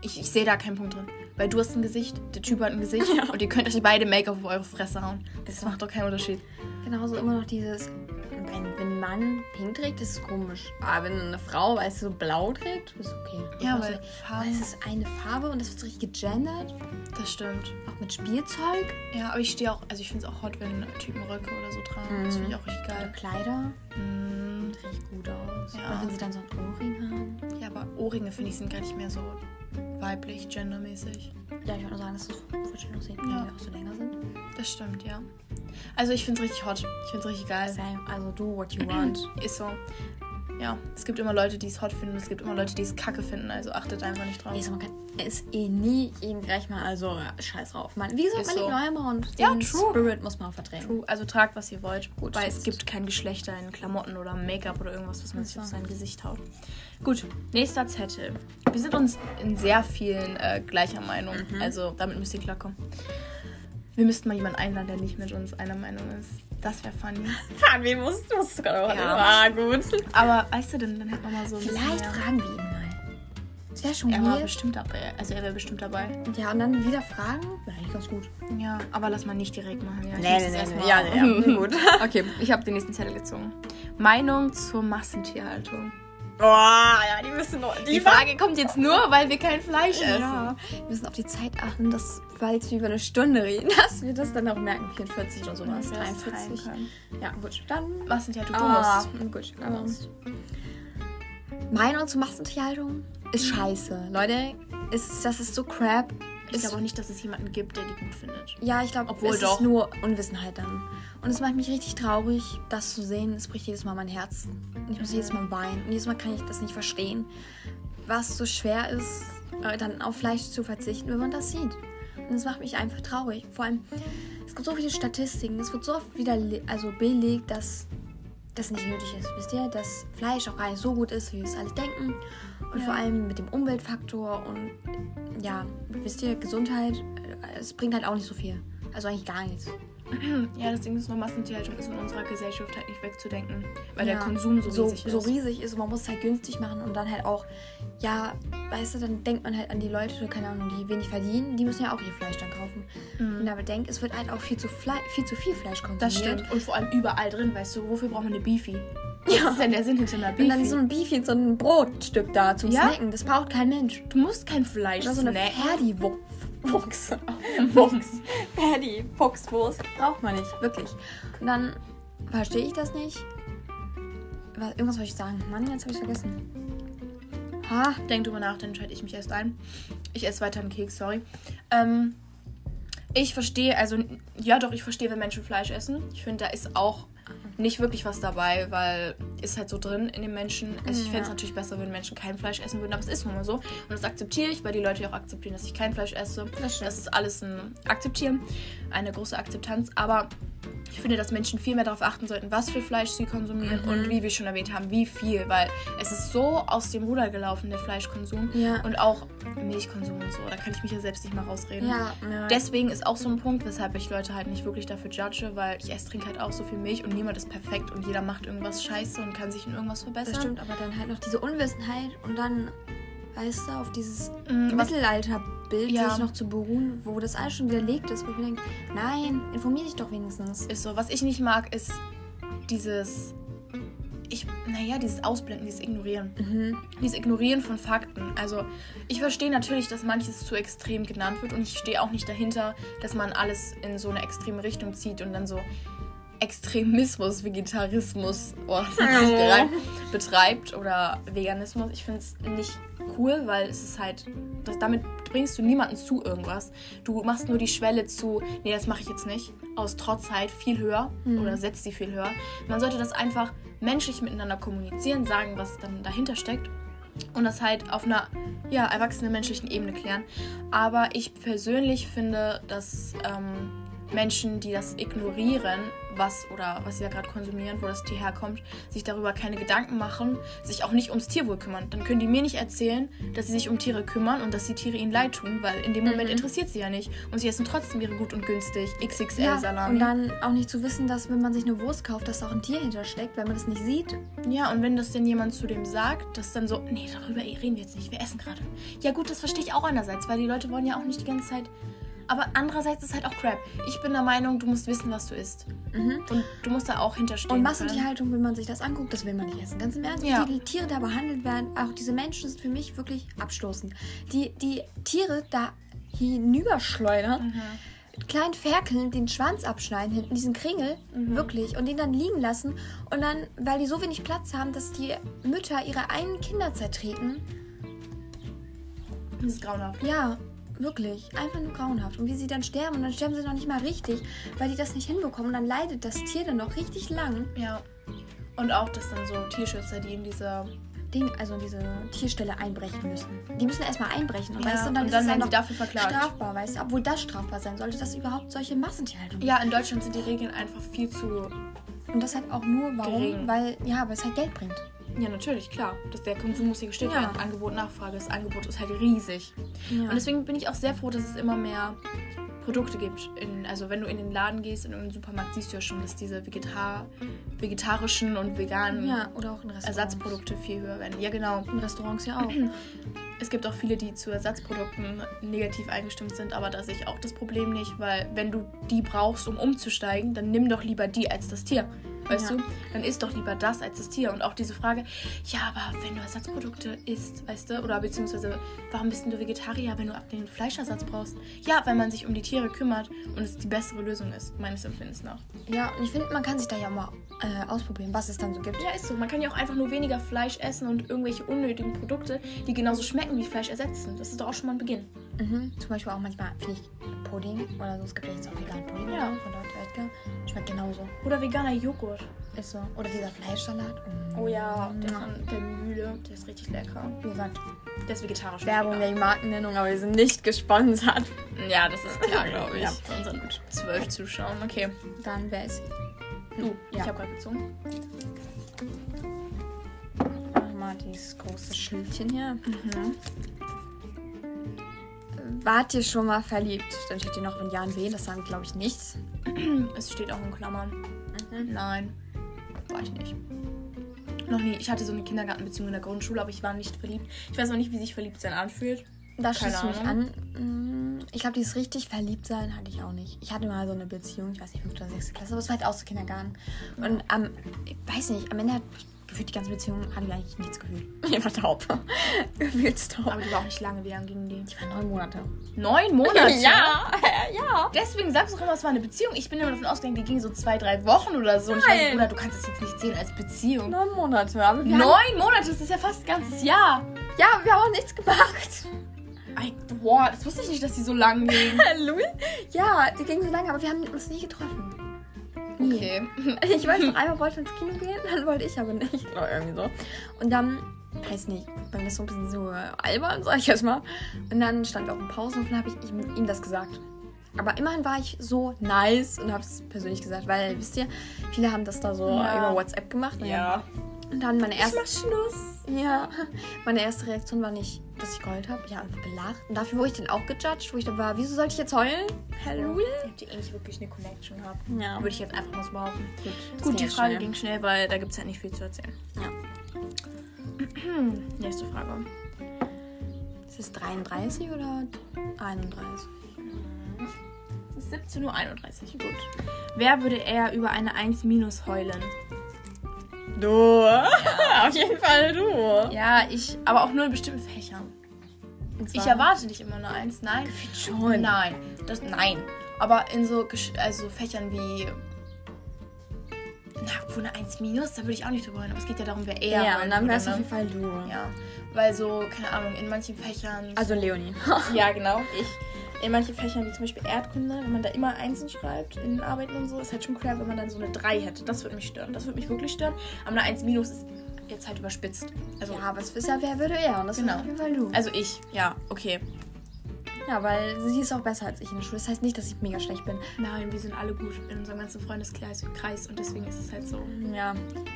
Speaker 1: Ich, ich sehe da keinen Punkt drin. Weil du hast ein Gesicht, der Typ hat ein Gesicht und ihr könnt euch beide Make-up auf eure Fresse hauen. Das macht doch keinen Unterschied.
Speaker 2: Genauso immer noch dieses, wenn, wenn ein Mann pink trägt, ist es komisch. Aber wenn eine Frau, weißt du, so blau trägt, ist okay.
Speaker 1: Ja,
Speaker 2: Also,
Speaker 1: weil Farben-
Speaker 2: Es ist eine Farbe und das wird so richtig gegendert.
Speaker 1: Das stimmt.
Speaker 2: Auch mit Spielzeug.
Speaker 1: Ja, aber ich stehe auch, also ich finde es auch hot, wenn Typen Röcke oder so tragen. Das finde ich auch richtig
Speaker 2: Oder
Speaker 1: geil.
Speaker 2: Kleider.
Speaker 1: Mm,
Speaker 2: Sieht richtig gut aus.
Speaker 1: Ja.
Speaker 2: Und wenn sie dann so einen Ohrring haben.
Speaker 1: Ja, aber Ohrringe finde ich sind gar nicht mehr so weiblich, gendermäßig.
Speaker 2: Ja, ich würde nur sagen, dass das wird schön aussehen,
Speaker 1: Ja.
Speaker 2: wenn die auch so länger sind.
Speaker 1: Das stimmt, ja. Also ich finde es richtig hot. Ich finde es richtig geil.
Speaker 2: Same. Also do what you want.
Speaker 1: Ist so. Ja, es gibt immer Leute, die es hot finden, es gibt immer Leute, die es kacke finden, also achtet einfach nicht drauf.
Speaker 2: Nee, so, man kann, ist eh nie jedem gleich mal, also scheiß drauf. Man, wie gesagt,
Speaker 1: Ist
Speaker 2: man
Speaker 1: so.
Speaker 2: liegt neu immer und
Speaker 1: Ja,
Speaker 2: den
Speaker 1: true.
Speaker 2: Spirit muss man auch vertreten.
Speaker 1: True, also tragt, was ihr wollt.
Speaker 2: Gut,
Speaker 1: weil
Speaker 2: das
Speaker 1: es
Speaker 2: ist-
Speaker 1: gibt kein Geschlechter in Klamotten oder Make-up oder irgendwas, was man sich auf
Speaker 2: so.
Speaker 1: sein Gesicht haut. Gut, nächster Zettel. Wir sind uns in sehr vielen äh, gleicher Meinung.
Speaker 2: Mhm.
Speaker 1: Also damit müsst ihr klarkommen. Wir müssten mal jemanden einladen, der nicht mit uns einer Meinung ist. Das wäre funny.
Speaker 2: Fahren, wen musst du musst sogar noch
Speaker 1: Ja.
Speaker 2: Ah, gut.
Speaker 1: Aber weißt du, dann, dann hätten wir mal so ein bisschen
Speaker 2: Vielleicht
Speaker 1: mehr-
Speaker 2: fragen wir ihn mal. Das der schon
Speaker 1: Er war
Speaker 2: hier?
Speaker 1: bestimmt dabei. Also er wäre bestimmt dabei.
Speaker 2: Ja, und dann wieder fragen? Ja, eigentlich ganz gut.
Speaker 1: Ja, aber lass mal nicht direkt machen. Ja, ich muss
Speaker 2: Nee, nee,
Speaker 1: das
Speaker 2: nee,
Speaker 1: erst
Speaker 2: nee.
Speaker 1: mal-
Speaker 2: Ja, ja, ja. gut.
Speaker 1: Okay, ich habe den nächsten Zettel gezogen. Meinung zur Massentierhaltung.
Speaker 2: Oh, ja, die müssen noch.
Speaker 1: Die Frage kommt jetzt nur, weil wir kein Fleisch essen.
Speaker 2: Ja. Wir müssen auf die Zeit achten, dass, falls wir über eine Stunde reden, dass wir das dann auch merken. 44
Speaker 1: Wenn
Speaker 2: oder
Speaker 1: wir
Speaker 2: sowas.
Speaker 1: das teilen
Speaker 2: 43.
Speaker 1: können.
Speaker 2: Ja, gut. Dann.
Speaker 1: Massentierhaltung, du
Speaker 2: Ah,
Speaker 1: musst.
Speaker 2: gut.
Speaker 1: Du
Speaker 2: Aber
Speaker 1: musst.
Speaker 2: Meinung zur Massentierhaltung ist scheiße. Leute, ist, das ist so crap.
Speaker 1: Ich
Speaker 2: Ist-
Speaker 1: glaube auch nicht, dass es jemanden gibt, der die gut findet.
Speaker 2: Ja, ich glaube,
Speaker 1: Obwohl
Speaker 2: es
Speaker 1: doch.
Speaker 2: ist nur Unwissenheit dann. Und es macht mich richtig traurig, das zu sehen. Es bricht jedes Mal mein Herz. Und ich muss jedes Mal weinen. Und jedes Mal kann ich das nicht verstehen, was so schwer ist, äh, dann auf Fleisch zu verzichten, wenn man das sieht. Und es macht mich einfach traurig. Vor allem, es gibt so viele Statistiken. Es wird so oft wieder le- also belegt, dass das nicht nötig ist. Wisst ihr, dass Fleisch auch gar nicht so gut ist, wie wir es alle denken. Und vor allem mit dem Umweltfaktor und ja, wisst ihr, Gesundheit, äh, es bringt halt auch nicht so viel. Also eigentlich gar nichts.
Speaker 1: Ja, das Ding ist nur, Massentierhaltung ist in unserer Gesellschaft halt nicht wegzudenken, weil
Speaker 2: Ja,
Speaker 1: der Konsum so riesig
Speaker 2: so
Speaker 1: ist.
Speaker 2: riesig ist und man muss es halt günstig machen und dann halt auch, ja, weißt du, dann denkt man halt an die Leute, keine Ahnung, die wenig verdienen, die müssen ja auch ihr Fleisch dann kaufen. Und aber denkt, es wird halt auch viel zu, Fle viel, zu viel Fleisch konsumiert.
Speaker 1: Mhm. Das stimmt. Und vor allem überall drin, weißt du, wofür braucht man eine Beefy? Was ist denn der Sinn hinter einer Beefy?
Speaker 2: Und dann so ein Beefy, so ein Brotstück da zum
Speaker 1: Ja.
Speaker 2: Snacken, das braucht kein Mensch.
Speaker 1: du musst kein Fleisch
Speaker 2: Oder so eine
Speaker 1: snacken.
Speaker 2: Ferdi-Fuchs. Fuchs. Ferdi-Fuchswurst. Braucht man nicht, wirklich. Und dann verstehe ich das nicht. Was, irgendwas wollte ich sagen. Mann, jetzt habe ich vergessen. Ha,
Speaker 1: Denk drüber nach, dann entscheide ich mich erst ein. Ich esse weiter einen Keks, sorry. Ähm, ich verstehe, also, ja doch, ich verstehe, wenn Menschen Fleisch essen. Ich finde, da ist auch nicht wirklich was dabei, weil ist halt so drin in den Menschen. Also ich fände es
Speaker 2: Mhm, Ja.
Speaker 1: natürlich besser, wenn Menschen kein Fleisch essen würden, aber es ist nun mal so. Und das akzeptiere ich, weil die Leute ja auch akzeptieren, dass ich kein Fleisch esse.
Speaker 2: Das stimmt.
Speaker 1: ist alles ein Akzeptieren, eine große Akzeptanz. Aber ich finde, dass Menschen viel mehr darauf achten sollten, was für Fleisch sie konsumieren
Speaker 2: Mhm.
Speaker 1: und wie wir schon erwähnt haben, wie viel, weil es ist so aus dem Ruder gelaufen, der Fleischkonsum.
Speaker 2: Ja.
Speaker 1: Und auch Milchkonsum und so. Da kann ich mich ja selbst nicht mal rausreden.
Speaker 2: ja. ja.
Speaker 1: Deswegen ist auch so ein Punkt, weshalb ich Leute halt nicht wirklich dafür judge, weil ich esse, trinke halt auch so viel Milch und niemand ist perfekt und jeder macht irgendwas scheiße und kann sich in irgendwas verbessern.
Speaker 2: das stimmt, aber dann halt noch diese Unwissenheit und dann, weißt du, auf dieses
Speaker 1: Mm, was-
Speaker 2: Mittelalterbild
Speaker 1: Ja.
Speaker 2: sich noch zu beruhen, wo das alles schon widerlegt ist, wo ich mir denke, nein, informier dich doch wenigstens.
Speaker 1: Ist so. Was ich nicht mag, ist dieses. Ich, naja, dieses Ausblenden, dieses Ignorieren.
Speaker 2: Mhm.
Speaker 1: dieses Ignorieren von Fakten. Also ich verstehe natürlich, dass manches zu extrem genannt wird und ich stehe auch nicht dahinter, dass man alles in so eine extreme Richtung zieht und dann so Extremismus, Vegetarismus oh, das hat sich gereimt, betreibt oder Veganismus. Ich finde es nicht cool, weil es ist halt, das, damit bringst du niemanden zu irgendwas. Du machst nur die Schwelle zu, nee, das mache ich jetzt nicht, aus Trotz halt viel höher oder setzt sie viel höher. Man sollte das einfach menschlich miteinander kommunizieren, sagen, was dann dahinter steckt und das halt auf einer ja, erwachsenen menschlichen Ebene klären. Aber ich persönlich finde, dass ähm, Menschen, die das ignorieren, was oder was sie da gerade konsumieren, wo das Tier herkommt, sich darüber keine Gedanken machen, sich auch nicht ums Tierwohl kümmern. Dann können die mir nicht erzählen, dass sie sich um Tiere kümmern und dass die Tiere ihnen leid tun, weil in dem Moment interessiert sie ja nicht. Und sie essen trotzdem ihre gut und günstig
Speaker 2: Mhm.
Speaker 1: Äh,
Speaker 2: Ja,
Speaker 1: XXL-Salami.
Speaker 2: und dann auch nicht zu wissen, dass wenn man sich eine Wurst kauft, dass da auch ein Tier hintersteckt, wenn man das nicht sieht.
Speaker 1: Ja, und wenn das denn jemand zu dem sagt, dass dann so, nee, darüber reden wir jetzt nicht, wir essen gerade. Ja gut, das verstehe ich auch einerseits, weil die Leute wollen ja auch nicht die ganze Zeit. Aber andererseits ist halt auch Crap. Ich bin der Meinung, du musst wissen, was du isst. Und du musst da auch hinterstehen. ne?
Speaker 2: Und
Speaker 1: können.
Speaker 2: Massentierhaltung, wenn man sich das anguckt, das will man nicht essen. Ganz im Ernst,
Speaker 1: Ja.
Speaker 2: wie die Tiere da behandelt werden, auch diese Menschen sind für mich wirklich abstoßend. Die, die Tiere da hinüberschleudern, kleinen Ferkeln den Schwanz abschneiden hinten, diesen Kringel, wirklich, und den dann liegen lassen. Und dann, weil die so wenig Platz haben, dass die Mütter ihre eigenen Kinder zertreten.
Speaker 1: Das ist grauenhaft.
Speaker 2: Ja, wirklich. Einfach nur grauenhaft. Und wie sie dann sterben und dann sterben sie noch nicht mal richtig, weil die das nicht hinbekommen. Und dann leidet das Tier dann noch richtig lang.
Speaker 1: Ja. Und auch, dass dann so Tierschützer, die in dieser.
Speaker 2: Ding, also diese Tierstelle einbrechen müssen. Die müssen erstmal einbrechen. Und,
Speaker 1: Ja,
Speaker 2: weißt du,
Speaker 1: und
Speaker 2: und dann,
Speaker 1: dann
Speaker 2: ist es ja
Speaker 1: werden sie
Speaker 2: noch
Speaker 1: dafür verklagt.
Speaker 2: strafbar, weißt du. Obwohl das strafbar sein sollte, dass überhaupt solche Massentierhaltung
Speaker 1: Ja, in Deutschland sind die Regeln einfach viel zu.
Speaker 2: Und das halt auch nur, warum?
Speaker 1: Gering.
Speaker 2: Weil, ja, weil es halt Geld bringt.
Speaker 1: Ja, natürlich, klar. Das, der Konsum muss hier gestellt
Speaker 2: Ja.
Speaker 1: werden. Angebot, Nachfrage. Das Angebot ist halt riesig. Und deswegen bin ich auch sehr froh, dass es immer mehr Produkte gibt. In, also wenn du in den Laden gehst, in irgendeinen Supermarkt, siehst du ja schon, dass diese Vegetar vegetarischen und veganen Mhm.
Speaker 2: ja, oder auch in Restaurants.
Speaker 1: Ersatzprodukte viel höher werden. Ja, genau.
Speaker 2: In Restaurants ja auch.
Speaker 1: Es gibt auch viele, die zu Ersatzprodukten negativ eingestimmt sind, aber da sehe ich auch das Problem nicht, weil wenn du die brauchst, um umzusteigen, dann nimm doch lieber die als das Tier. Weißt
Speaker 2: Ja.
Speaker 1: du? Dann isst doch lieber das als das Tier. Und auch diese Frage, ja, aber wenn du Ersatzprodukte isst, weißt du, oder beziehungsweise, warum bist denn du Vegetarier, wenn du ab den Fleischersatz brauchst? Ja, weil man sich um die Tiere kümmert und es die bessere Lösung ist, meines Empfindens nach.
Speaker 2: Ja, und ich finde, man kann sich da ja mal äh, ausprobieren, was es dann so gibt.
Speaker 1: Ja, ist so. Man kann ja auch einfach nur weniger Fleisch essen und irgendwelche unnötigen Produkte, die genauso schmecken wie Fleisch ersetzen. Das ist doch auch schon mal ein Beginn.
Speaker 2: Mhm. Zum Beispiel auch manchmal, finde ich, Pudding oder so. Es gibt ja jetzt auch veganen Pudding ne,
Speaker 1: Ja.
Speaker 2: von Dr. Oetker. Schmeckt genauso.
Speaker 1: Oder veganer Joghurt.
Speaker 2: Ist so. Oder dieser Fleischsalat. Mm.
Speaker 1: Oh ja, der
Speaker 2: Mua.
Speaker 1: von der Mühle, der ist richtig lecker.
Speaker 2: Wie gesagt,
Speaker 1: Der ist vegetarisch.
Speaker 2: Werbung
Speaker 1: vegan.
Speaker 2: wegen Markennennung, aber wir sind nicht gesponsert.
Speaker 1: Ja, das ist klar, glaube ich.
Speaker 2: Ja.
Speaker 1: Von unseren zwölf Zuschauern. Okay.
Speaker 2: Dann wäre es
Speaker 1: Du, ich
Speaker 2: Ja.
Speaker 1: habe gerade gezogen.
Speaker 2: mal dieses große Schildchen hier. Mhm. Wart ihr schon mal verliebt? Dann steht hier noch, wenn ja und weh. Das sagen, glaube ich, nichts.
Speaker 1: Es steht auch in Klammern.
Speaker 2: Mhm.
Speaker 1: Nein, war ich nicht. Noch nie. Ich hatte so eine Kindergartenbeziehung in der Grundschule, aber ich war nicht verliebt. Ich weiß noch nicht, wie sich verliebt sein anfühlt.
Speaker 2: Da
Speaker 1: Keine
Speaker 2: schließt du mich an. Mm, Ich glaube, dieses richtig verliebt sein hatte ich auch nicht. Ich hatte mal so eine Beziehung, ich weiß nicht, fünfte oder sechste Klasse, aber es war halt auch so Kindergarten. Und am, ich weiß nicht, am Ende hat gefühlt die ganze Beziehung, hatte ich eigentlich nichts gefühlt. Ich war taub. Gefühlstaub.
Speaker 1: Aber die war auch nicht lange. Wie lange ging die?
Speaker 2: Ich war neun Monate.
Speaker 1: Neun Monate?
Speaker 2: ja.
Speaker 1: Deswegen sagst du auch immer, es war eine Beziehung. Ich bin immer davon ausgegangen, die ging so zwei, drei Wochen oder so. Und ich
Speaker 2: Nein.
Speaker 1: meine, Bruder, du kannst das jetzt nicht sehen als Beziehung.
Speaker 2: Neun Monate. Aber wir haben,
Speaker 1: Neun Monate, das ist ja fast ein ganzes Jahr.
Speaker 2: ja, wir haben auch nichts gemacht.
Speaker 1: I, boah, das wusste ich nicht, dass die so lang ging.
Speaker 2: Louis? Ja, die ging so lange, aber wir haben uns nie getroffen. Nie.
Speaker 1: Okay.
Speaker 2: Ich weiß noch, einmal wollte ich ins Kino gehen, dann wollte ich aber nicht. Oder irgendwie so. Und dann, weiß nicht, bei mir ist so ein bisschen so äh, albern, sag ich jetzt mal. Und dann stand wir auf dem Pausenhof und habe ich ihm, ihm das gesagt. Aber immerhin war ich so nice und habe es persönlich gesagt, weil, wisst ihr, viele haben das da so
Speaker 1: Ja.
Speaker 2: über WhatsApp gemacht. Und Und dann meine
Speaker 1: Ich
Speaker 2: erste,
Speaker 1: mach Schluss.
Speaker 2: ja, meine erste Reaktion war nicht, dass ich geheult habe. Ich habe einfach gelacht. Und dafür wurde ich dann auch gejudged, wo ich dann war, wieso sollte ich jetzt heulen? Hallo?
Speaker 1: Ihr habt ja eh nicht wirklich eine Connection gehabt.
Speaker 2: Ja.
Speaker 1: Würde ich jetzt einfach mal so behaupten.
Speaker 2: das
Speaker 1: Gut,
Speaker 2: ging
Speaker 1: die
Speaker 2: ja
Speaker 1: Frage
Speaker 2: schnell.
Speaker 1: ging schnell, weil da gibt es ja nicht viel zu erzählen.
Speaker 2: Ja.
Speaker 1: Nächste Frage.
Speaker 2: Ist es 33 oder 31?
Speaker 1: Es ist 17.31 Uhr. Gut. Wer würde eher über eine 1 minus heulen?
Speaker 2: Du. Auf jeden Fall du.
Speaker 1: Ja, ich, aber auch nur in bestimmten Fächern. Ich erwarte nicht immer eine Eins, nein.
Speaker 2: schon.
Speaker 1: Nein, das, nein. Aber in so Gesch- also Fächern wie. Na, wo eine 1 minus, da würde ich auch nicht drüber hören. Aber es geht ja darum, wer eher.
Speaker 2: Ja,
Speaker 1: wollen
Speaker 2: und dann
Speaker 1: würde,
Speaker 2: wärst du auf
Speaker 1: ne?
Speaker 2: jeden Fall du.
Speaker 1: Ja. Weil so, keine Ahnung, in manchen Fächern.
Speaker 2: Also Leonie.
Speaker 1: ja, genau, ich. In manchen Fächern, wie zum Beispiel Erdkunde, wenn man da immer Einsen schreibt in den Arbeiten und so, ist halt schon klar, wenn man dann so eine 3 hätte. Das würde mich stören. Das würde mich wirklich stören. Aber eine 1 minus ist jetzt halt überspitzt. Also,
Speaker 2: Ja, aber es ist ja, wer würde er? Und das
Speaker 1: Genau.
Speaker 2: ist auf jeden Fall du.
Speaker 1: also ich, ja, okay.
Speaker 2: ja, weil sie ist auch besser als ich in der Schule. Das heißt nicht, dass ich mega schlecht bin.
Speaker 1: Nein, wir sind alle gut in unserem ganzen Freundeskreis Kreis und deswegen ist es halt so.
Speaker 2: Ja,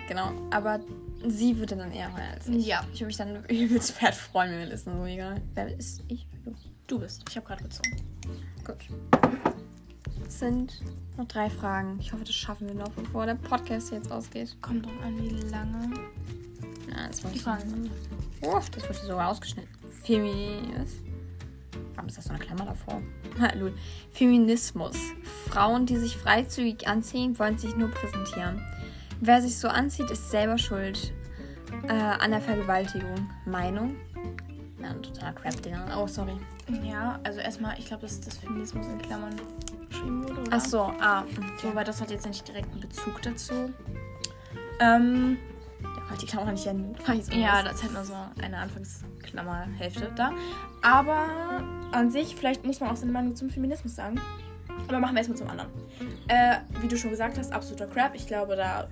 Speaker 2: genau. Aber sie würde dann eher heulen als ich.
Speaker 1: Hm, Ja,
Speaker 2: Ich würde mich dann übelst fett freuen, wenn wir wissen, so egal. Wer ist ich? Du.
Speaker 1: du bist. Ich habe gerade gezogen.
Speaker 2: Gut. Es sind noch drei Fragen. Ich hoffe, das schaffen wir noch, bevor der Podcast jetzt ausgeht.
Speaker 1: Kommt drauf an, wie lange.
Speaker 2: Ja, das war
Speaker 1: Die Fragen sind.
Speaker 2: Uff, das wurde sogar ausgeschnitten. Feminismus. Warum ist das so eine Klammer davor? Ha, lul. Feminismus. Frauen, die sich freizügig anziehen, wollen sich nur präsentieren. Wer sich so anzieht, ist selber schuld äh, an der Vergewaltigung. Meinung? Ja, ein totaler Crap, den Oh, sorry.
Speaker 1: Ja, also erstmal, ich glaube, dass das Feminismus in Klammern geschrieben wurde. Oder?
Speaker 2: Ach so, ah.
Speaker 1: So, weil das hat jetzt nicht direkt einen Bezug dazu. Ähm,
Speaker 2: Ja, halt die Klammer nicht enden. Weiß
Speaker 1: ja, das ist halt nur so eine Anfangsklammerhälfte da. Aber an sich, vielleicht muss man auch seine Meinung zum Feminismus sagen. Aber machen wir erstmal zum anderen. Äh, wie du schon gesagt hast, absoluter Crap. Ich glaube, da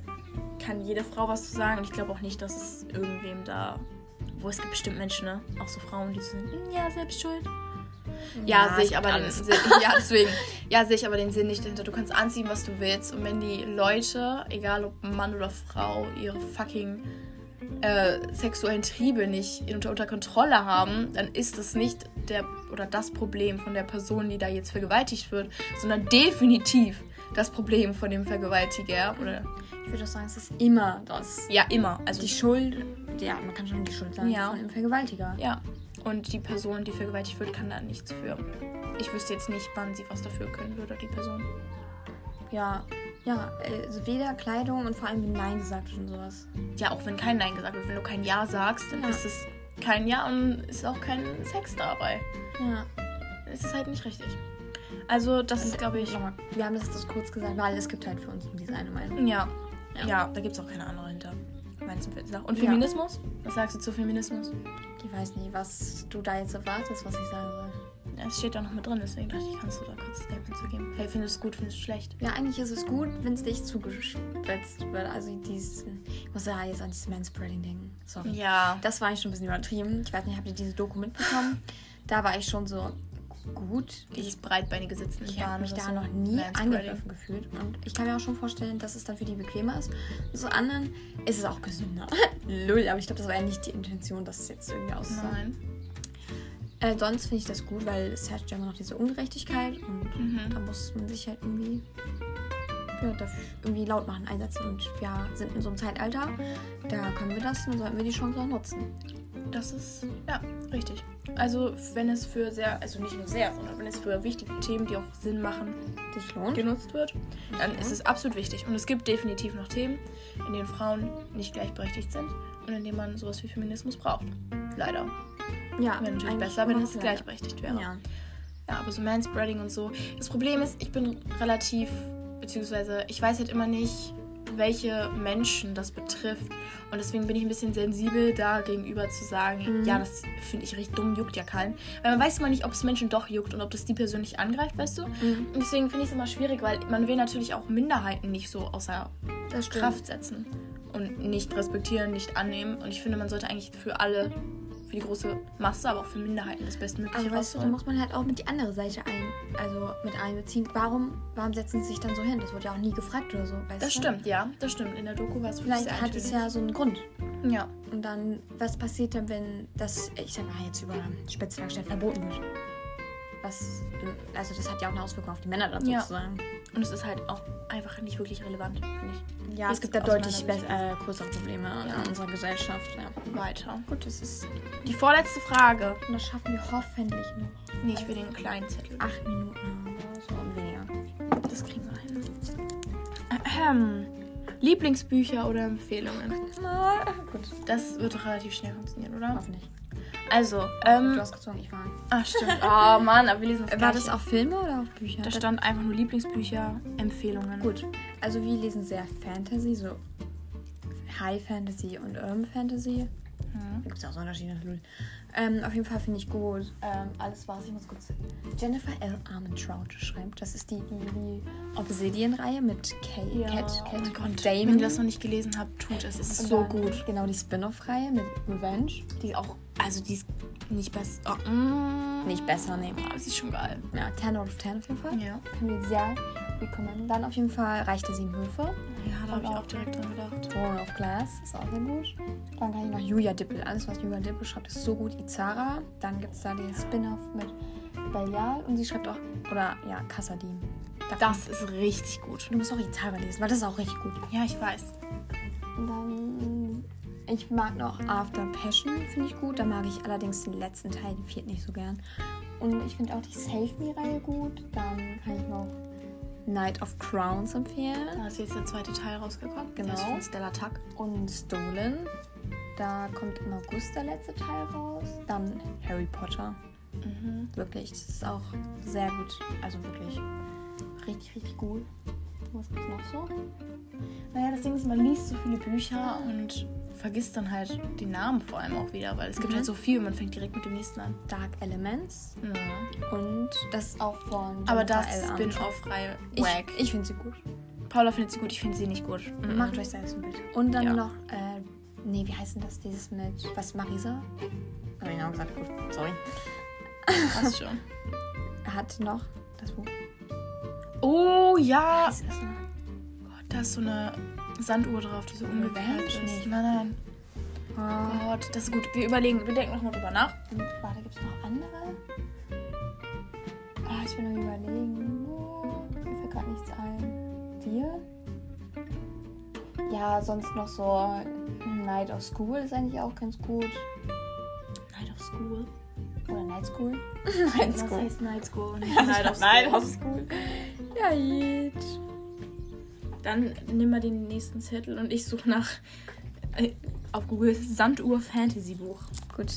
Speaker 1: kann jede Frau was zu sagen. Und ich glaube auch nicht, dass es irgendwem da. Wo es gibt bestimmt Menschen, ne? Auch so Frauen, die so sind, "Hm, ja, selbst schuld. Ja, sehe ich aber den
Speaker 2: alles.
Speaker 1: Sinn, ja, deswegen. Ja, sehe ich aber den Sinn nicht dahinter. Du kannst anziehen, was du willst. Und wenn die Leute, egal ob Mann oder Frau, ihre fucking äh, sexuellen Triebe nicht unter, unter Kontrolle haben, dann ist das nicht der oder das Problem von der Person, die da jetzt vergewaltigt wird, sondern definitiv das Problem von dem Vergewaltiger. Oder
Speaker 2: Ich würde auch sagen, es ist immer das.
Speaker 1: ja, immer. Also
Speaker 2: Die Schuld. Ja, man kann schon die Schuld sagen
Speaker 1: Ja.
Speaker 2: von dem Vergewaltiger.
Speaker 1: ja. Und die Person, die vergewaltigt wird, kann da nichts für. Ich wüsste jetzt nicht, wann sie was dafür können würde, die Person.
Speaker 2: Ja, ja, also weder Kleidung und vor allem wenn Nein gesagt wird und sowas.
Speaker 1: Ja, auch wenn kein Nein gesagt wird. Wenn du kein Ja sagst, dann
Speaker 2: Ja.
Speaker 1: ist es kein Ja und ist auch kein Sex dabei.
Speaker 2: Ja.
Speaker 1: Es ist halt nicht richtig. Also, das ist, glaube ich.
Speaker 2: Nochmal, wir haben das jetzt kurz gesagt, weil es gibt halt für uns nur diese eine Meinung.
Speaker 1: Ja.
Speaker 2: Ja.
Speaker 1: Ja, da gibt es auch keine andere hinter. Meinst du, Sache. Und
Speaker 2: Ja.
Speaker 1: Feminismus? Was sagst du zu Feminismus?
Speaker 2: Ich weiß nicht, was du da jetzt erwartest, was ich sagen soll.
Speaker 1: Ja, Es steht da noch mit drin, deswegen dachte ich, kannst du da kurz ein Statement zu geben. Hey, findest du es gut, findest du es schlecht?
Speaker 2: Ja, eigentlich ist es gut, wenn es nicht zugespitzt wird. Also dieses, ich muss ja jetzt an dieses Manspreading denken. Sorry.
Speaker 1: Ja.
Speaker 2: Das war ich schon ein bisschen übertrieben. Ich weiß nicht, habt ihr diese Doku mitbekommen? Da war ich schon so gut. Ich,
Speaker 1: Dieses breitbeinige Sitzen in
Speaker 2: ich habe
Speaker 1: Bahnen
Speaker 2: mich
Speaker 1: oder
Speaker 2: da
Speaker 1: so.
Speaker 2: noch nie
Speaker 1: Manspreading.
Speaker 2: angegriffen gefühlt. Und ich kann mir auch schon vorstellen, dass es dann für die bequemer ist. Und zu anderen ist es auch gesünder. Lull, aber ich glaube, das war ja nicht die Intention, das jetzt irgendwie auszusagen.
Speaker 1: Nein.
Speaker 2: Äh, sonst finde ich das gut, weil es herrscht ja immer noch diese Ungerechtigkeit und da
Speaker 1: Mhm.
Speaker 2: muss man sich halt irgendwie, ja, dafür irgendwie laut machen, einsetzen. Und wir sind in so einem Zeitalter, da können wir das und sollten wir die Chance auch nutzen.
Speaker 1: Das ist, ja, richtig. Also, wenn es für sehr, also nicht nur sehr, sondern wenn es für wichtige Themen, die auch Sinn machen,
Speaker 2: Sich lohnt.
Speaker 1: genutzt wird, dann
Speaker 2: Ja.
Speaker 1: ist es absolut wichtig. Und es gibt definitiv noch Themen, in denen Frauen nicht gleichberechtigt sind und in denen man sowas wie Feminismus braucht. Leider.
Speaker 2: Ja,
Speaker 1: Wäre natürlich
Speaker 2: eigentlich
Speaker 1: besser, wenn
Speaker 2: immer
Speaker 1: es
Speaker 2: noch leider.
Speaker 1: gleichberechtigt wäre.
Speaker 2: Ja.
Speaker 1: Ja, aber so Manspreading und so. Das Problem ist, ich bin relativ, beziehungsweise ich weiß halt immer nicht, welche Menschen das betrifft. Und deswegen bin ich ein bisschen sensibel da gegenüber zu sagen,
Speaker 2: Mhm.
Speaker 1: ja, das finde ich richtig dumm, juckt ja keinen. Weil man weiß immer nicht, ob es Menschen doch juckt und ob das die persönlich angreift, weißt du?
Speaker 2: Mhm.
Speaker 1: Und deswegen finde ich es immer schwierig, weil man will natürlich auch Minderheiten nicht so außer
Speaker 2: Das stimmt.
Speaker 1: Kraft setzen und nicht respektieren, nicht annehmen. Und ich finde, man sollte eigentlich für alle, für die große Masse, aber auch für Minderheiten das Bestmögliche
Speaker 2: Aber weißt du, da
Speaker 1: rausholen.
Speaker 2: muss man halt auch mit die andere Seite ein, also mit einbeziehen. Warum, warum setzen sie sich dann so hin? Das wird ja auch nie gefragt oder so, weißt
Speaker 1: Das
Speaker 2: du?
Speaker 1: stimmt, ja, das stimmt. In der Doku war es wirklich
Speaker 2: Äh, Vielleicht
Speaker 1: sehr
Speaker 2: hat es
Speaker 1: eintönig.
Speaker 2: ja so einen Grund.
Speaker 1: Ja,
Speaker 2: Und dann, was passiert dann, wenn das, ich sag mal jetzt über spitz dargestellt, verboten wird? Was, äh, also das hat ja auch eine Auswirkung auf die Männer dann
Speaker 1: Ja.
Speaker 2: sozusagen.
Speaker 1: und es ist halt auch einfach nicht wirklich relevant, finde ich.
Speaker 2: Ja,
Speaker 1: es
Speaker 2: es
Speaker 1: gibt
Speaker 2: gibt
Speaker 1: aus
Speaker 2: da
Speaker 1: meiner
Speaker 2: deutlich
Speaker 1: Sicht-
Speaker 2: be- äh, größere Probleme
Speaker 1: Ja.
Speaker 2: in unserer Gesellschaft. Ja.
Speaker 1: Weiter.
Speaker 2: Gut, das ist,
Speaker 1: Die vorletzte Frage.
Speaker 2: und das schaffen wir hoffentlich noch
Speaker 1: Nee, ich will den kleinen Zettel.
Speaker 2: acht Minuten haben oder so und weniger.
Speaker 1: Das kriegen wir hin. Ahem. Lieblingsbücher oder Empfehlungen?
Speaker 2: Ah, Gut,
Speaker 1: Das wird doch relativ schnell funktionieren, oder?
Speaker 2: hoffentlich.
Speaker 1: Also,
Speaker 2: du
Speaker 1: ähm.
Speaker 2: hast gezogen, ich war.
Speaker 1: Ach, stimmt. Oh Mann, aber wir lesen das
Speaker 2: War
Speaker 1: Gleiche.
Speaker 2: das auch Filme oder auch Bücher?
Speaker 1: Da stand einfach nur Lieblingsbücher, Empfehlungen.
Speaker 2: Gut, also wir lesen sehr Fantasy, so High Fantasy und Urban Fantasy.
Speaker 1: Mhm.
Speaker 2: Gibt es auch so Unterschiede? lol. Ähm, auf jeden Fall finde ich gut. Ähm, alles war's, ich muss kurz. Jennifer L. Armentrout schreibt, das ist die, die Obsidian-Reihe mit Kate, Cat,
Speaker 1: oh mein
Speaker 2: Cat
Speaker 1: Gott.
Speaker 2: und
Speaker 1: Wenn
Speaker 2: Damon.
Speaker 1: ihr das noch nicht gelesen habt, tut es. Es ist
Speaker 2: Und
Speaker 1: so
Speaker 2: dann
Speaker 1: gut.
Speaker 2: Genau, die Spin-off-Reihe mit Revenge.
Speaker 1: Die ist auch, also die ist nicht besser. Oh, mm.
Speaker 2: Nicht besser nehmen.
Speaker 1: Aber sie ist schon geil.
Speaker 2: Ja, 10 out of 10 auf jeden Fall.
Speaker 1: Ja.
Speaker 2: Können wir sehr recommenden. Dann auf jeden Fall Reichte Sieben Höfe.
Speaker 1: Ja, da habe ich auch direkt dran gedacht.
Speaker 2: Throne of Glass ist auch sehr gut. Dann kann ich noch Julia Dippel. Alles, was Julia Dippel schreibt, ist so gut. Izara. Dann gibt es da den Spin-off mit Bayal und sie schreibt auch, oder ja, Kassadin. Davon-
Speaker 1: Das ist richtig gut.
Speaker 2: Du musst auch Izara lesen, weil das ist auch richtig gut.
Speaker 1: Ja, ich weiß.
Speaker 2: Und dann, ich mag noch After Passion, finde ich gut. Da mag ich allerdings den letzten Teil, den vierten nicht so gern. Und ich finde auch die Save Me-Reihe gut. Dann kann ich noch Night of Crowns empfehlen.
Speaker 1: Da ist jetzt der zweite Teil rausgekommen.
Speaker 2: Genau.
Speaker 1: Der ist von Stella Tuck.
Speaker 2: und Stolen. Da kommt im August der letzte Teil raus. Dann Harry Potter.
Speaker 1: Mhm.
Speaker 2: Wirklich, das ist auch sehr gut. Also wirklich richtig, richtig gut. Was gibt's noch so?
Speaker 1: Naja, das Ding ist, man liest so viele Bücher und vergisst dann halt die Namen vor allem auch wieder, weil es gibt
Speaker 2: Mhm.
Speaker 1: halt so viel und man fängt direkt mit dem nächsten an.
Speaker 2: Dark Elements
Speaker 1: Mhm.
Speaker 2: und das ist auch von
Speaker 1: Aber
Speaker 2: Jennifer
Speaker 1: das
Speaker 2: L. Armentrout.
Speaker 1: Spin-off-Reihe, wack.
Speaker 2: Ich, ich finde sie gut.
Speaker 1: Paula findet sie gut, ich finde sie nicht gut. Mhm.
Speaker 2: Macht euch selbst ein Bild. Und dann
Speaker 1: Ja.
Speaker 2: noch, äh, nee, wie heißt denn das? Dieses mit, was, Marisa? Hab ich genau gesagt, gut, sorry.
Speaker 1: Passt schon.
Speaker 2: Hat noch das Buch.
Speaker 1: Oh ja!
Speaker 2: Heißt das noch?
Speaker 1: Gott, da ist so eine Sanduhr drauf, die so umgekehrt
Speaker 2: Revenge?
Speaker 1: ist.
Speaker 2: Nee.
Speaker 1: Nein, nein.
Speaker 2: Ah.
Speaker 1: Gott, das ist gut. Wir überlegen, wir denken nochmal drüber nach.
Speaker 2: Und Warte, gibt es noch andere? Ah, ich bin am überlegen. Hm, Mir fällt gerade nichts ein. Dir? Ja, sonst noch hm, so Night of School ist eigentlich auch ganz gut.
Speaker 1: Night of School. Night School?
Speaker 2: Night
Speaker 1: Was
Speaker 2: School.
Speaker 1: heißt Night School?
Speaker 2: Night of School. Ja, jetzt.
Speaker 1: Dann nimm mal den nächsten Zettel und ich suche nach äh, auf Google Sanduhr Fantasy Buch.
Speaker 2: Gut.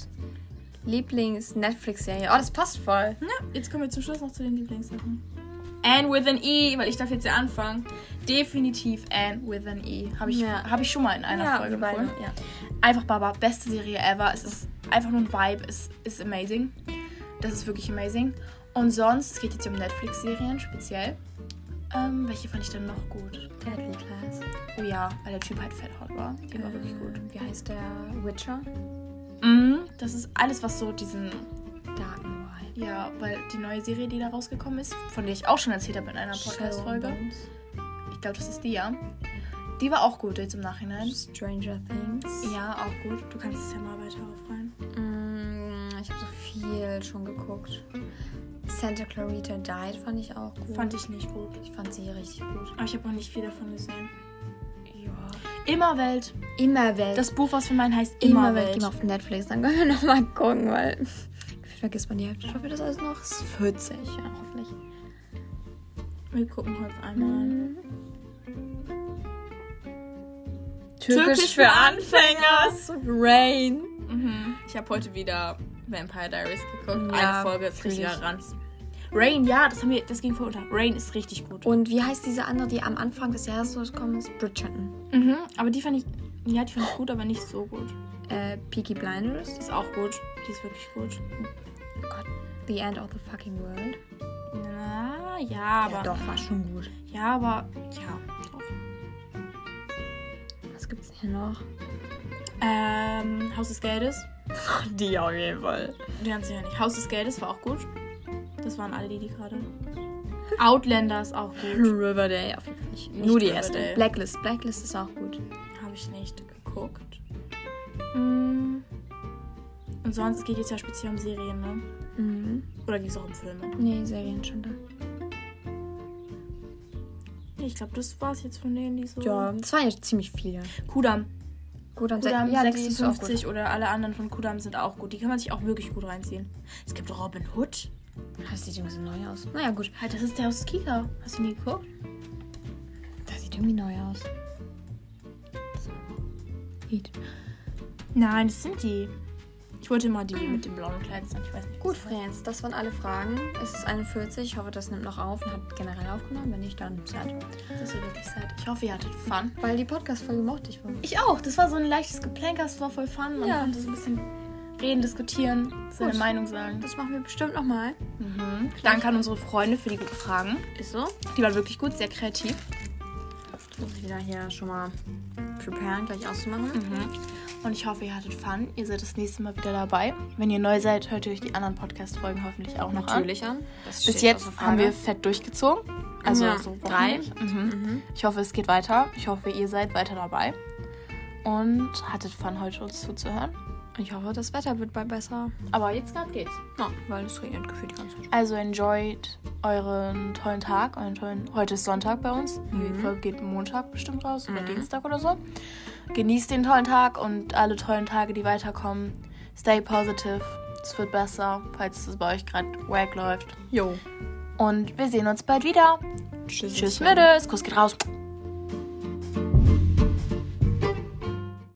Speaker 2: Lieblings-Netflix-Serie. Oh, das passt voll.
Speaker 1: Ja, jetzt kommen wir zum Schluss noch zu den Lieblingssachen. Anne with an E, weil ich darf jetzt ja anfangen. Definitiv Anne with an E. Habe ich,
Speaker 2: Ja.
Speaker 1: hab ich schon mal in einer Folge
Speaker 2: wir beide,
Speaker 1: empfohlen.
Speaker 2: ja.
Speaker 1: Einfach Baba, beste Serie ever. Es ist einfach nur ein Vibe. Es ist amazing. Das ist wirklich amazing. Und sonst, es geht jetzt hier um Netflix-Serien speziell. Ähm, welche fand ich denn noch gut?
Speaker 2: Deadly Class.
Speaker 1: Oh ja, weil der Typ halt fett hot war. Die war wirklich gut.
Speaker 2: Wie heißt der Witcher?
Speaker 1: Mhm, das ist alles, was so diesen.
Speaker 2: Dark Noir.
Speaker 1: Ja, weil die neue Serie, die da rausgekommen ist, von der ich auch schon erzählt habe in einer Podcast-Folge. Ich glaube, das ist die, ja. Die war auch gut jetzt im Nachhinein.
Speaker 2: Stranger Things.
Speaker 1: Ja, auch gut. Du kannst es ja mal weiter aufreihen.
Speaker 2: Mm, Ich habe so viel schon geguckt. Santa Clarita Diet fand ich auch gut.
Speaker 1: Fand ich nicht gut.
Speaker 2: ich fand sie richtig gut.
Speaker 1: Aber ich habe auch nicht viel davon gesehen.
Speaker 2: Ja.
Speaker 1: Immerwelt.
Speaker 2: Immerwelt.
Speaker 1: Das Buch, was wir meinen, heißt Immerwelt.
Speaker 2: Immerwelt. Geh mal auf Netflix, dann können wir nochmal gucken, weil gefühlt vergisst man die Hälfte. Schaffen wir das alles noch? Es ist 40, ja, hoffentlich.
Speaker 1: Wir gucken kurz einmal.
Speaker 2: Türkisch für Anfänger. Rain.
Speaker 1: Mhm. Ich habe heute wieder Vampire Diaries geguckt.
Speaker 2: Ja,
Speaker 1: Eine Folge ist
Speaker 2: fühl
Speaker 1: richtiger
Speaker 2: ich.
Speaker 1: Ranz. Rain, ja, das, haben wir, das ging voll unter. Rain ist richtig gut.
Speaker 2: Und wie heißt diese andere, die am Anfang des Jahres rausgekommen ist? Bridgerton.
Speaker 1: Mhm, aber die fand ich. Ja, die fand ich gut, aber nicht so gut.
Speaker 2: Äh, Peaky Blinders.
Speaker 1: Ist auch gut. Die ist wirklich gut.
Speaker 2: Gott. The End of the Fucking World.
Speaker 1: Na, ja, aber.
Speaker 2: ja, doch, war schon gut.
Speaker 1: Ja, aber. Ja, doch.
Speaker 2: Was gibt's denn hier noch?
Speaker 1: Ähm, Haus des Geldes.
Speaker 2: Die auf jeden Fall.
Speaker 1: Die ganze ja nicht. Haus des Geldes war auch gut. Das waren alle die, die gerade. Outlander ist auch gut.
Speaker 2: Riverdale auf jeden Fall. Nicht.
Speaker 1: Nicht
Speaker 2: Nur die erste.
Speaker 1: Riverdale.
Speaker 2: Blacklist. Blacklist ist auch gut.
Speaker 1: Habe ich nicht geguckt. Mm. Und sonst geht es ja speziell um Serien, ne?
Speaker 2: Mhm.
Speaker 1: Oder ging es auch um Filme?
Speaker 2: Nee, Serien schon da.
Speaker 1: Nee, Ich glaube, das war es jetzt von denen, die so.
Speaker 2: Ja, das waren jetzt ziemlich viele.
Speaker 1: Kudam.
Speaker 2: Gut, am
Speaker 1: Kudam
Speaker 2: sechsten- ja, die ist auch gut.
Speaker 1: 56 oder alle anderen von Kudam sind auch gut. Die kann man sich auch wirklich gut reinziehen. Es gibt Robin Hood.
Speaker 2: Ah, Das sieht irgendwie so neu aus. Naja, gut.
Speaker 1: Halt, das ist der aus Kika. Hast du nie geguckt?
Speaker 2: Das sieht irgendwie neu aus. Sieht.
Speaker 1: Nein, das sind die. Ich wollte immer die mit dem blauen Kleid sagen. Ich weiß nicht.
Speaker 2: Gut,
Speaker 1: was
Speaker 2: Friends, das waren alle Fragen. Es ist 41. Ich hoffe, das nimmt noch auf und hat generell aufgenommen. Wenn nicht, dann sad.
Speaker 1: das ist. Das war wirklich sad. Ich hoffe, ihr hattet Fun.
Speaker 2: Weil die Podcast-Folge mochte ich wohl.
Speaker 1: Ich auch. Das war so ein leichtes Geplänker. Es war voll Fun. Man
Speaker 2: Ja.
Speaker 1: konnte so ein bisschen reden, diskutieren, seine
Speaker 2: Gut.
Speaker 1: Meinung sagen.
Speaker 2: Das machen wir bestimmt nochmal.
Speaker 1: Mhm. Danke an unsere Freunde für die guten Fragen.
Speaker 2: Ist so.
Speaker 1: Die waren wirklich gut, sehr kreativ.
Speaker 2: Das muss ich wieder hier schon mal preparen, gleich auszumachen.
Speaker 1: Und ich hoffe, ihr hattet Fun. Ihr seid das nächste Mal wieder dabei. Wenn ihr neu seid, hört ihr euch die anderen Podcast-Folgen hoffentlich auch noch
Speaker 2: Natürlich an. Das
Speaker 1: an.
Speaker 2: steht
Speaker 1: Bis
Speaker 2: außer
Speaker 1: jetzt
Speaker 2: Frage.
Speaker 1: haben wir fett durchgezogen. Also
Speaker 2: Ja,
Speaker 1: so
Speaker 2: drei.
Speaker 1: wochenlich. Mhm. Ich hoffe, es geht weiter. Ich hoffe, ihr seid weiter dabei. Und hattet Fun, heute uns zuzuhören.
Speaker 2: Ich hoffe, das Wetter wird bald besser.
Speaker 1: Aber jetzt gerade geht's.
Speaker 2: Ja, weil es regnet gefühlt die ganze Zeit.
Speaker 1: Also enjoyed euren tollen Tag, euren tollen. Heute ist Sonntag bei uns. Die Folge geht Montag bestimmt raus oder Dienstag oder so. Genießt den tollen Tag und alle tollen Tage, die weiterkommen. Stay positive. Es wird besser, falls es bei euch gerade wack läuft.
Speaker 2: Jo.
Speaker 1: Und wir sehen uns bald wieder.
Speaker 2: Tschüss.
Speaker 1: Tschüss, Mädels. Kuss geht raus.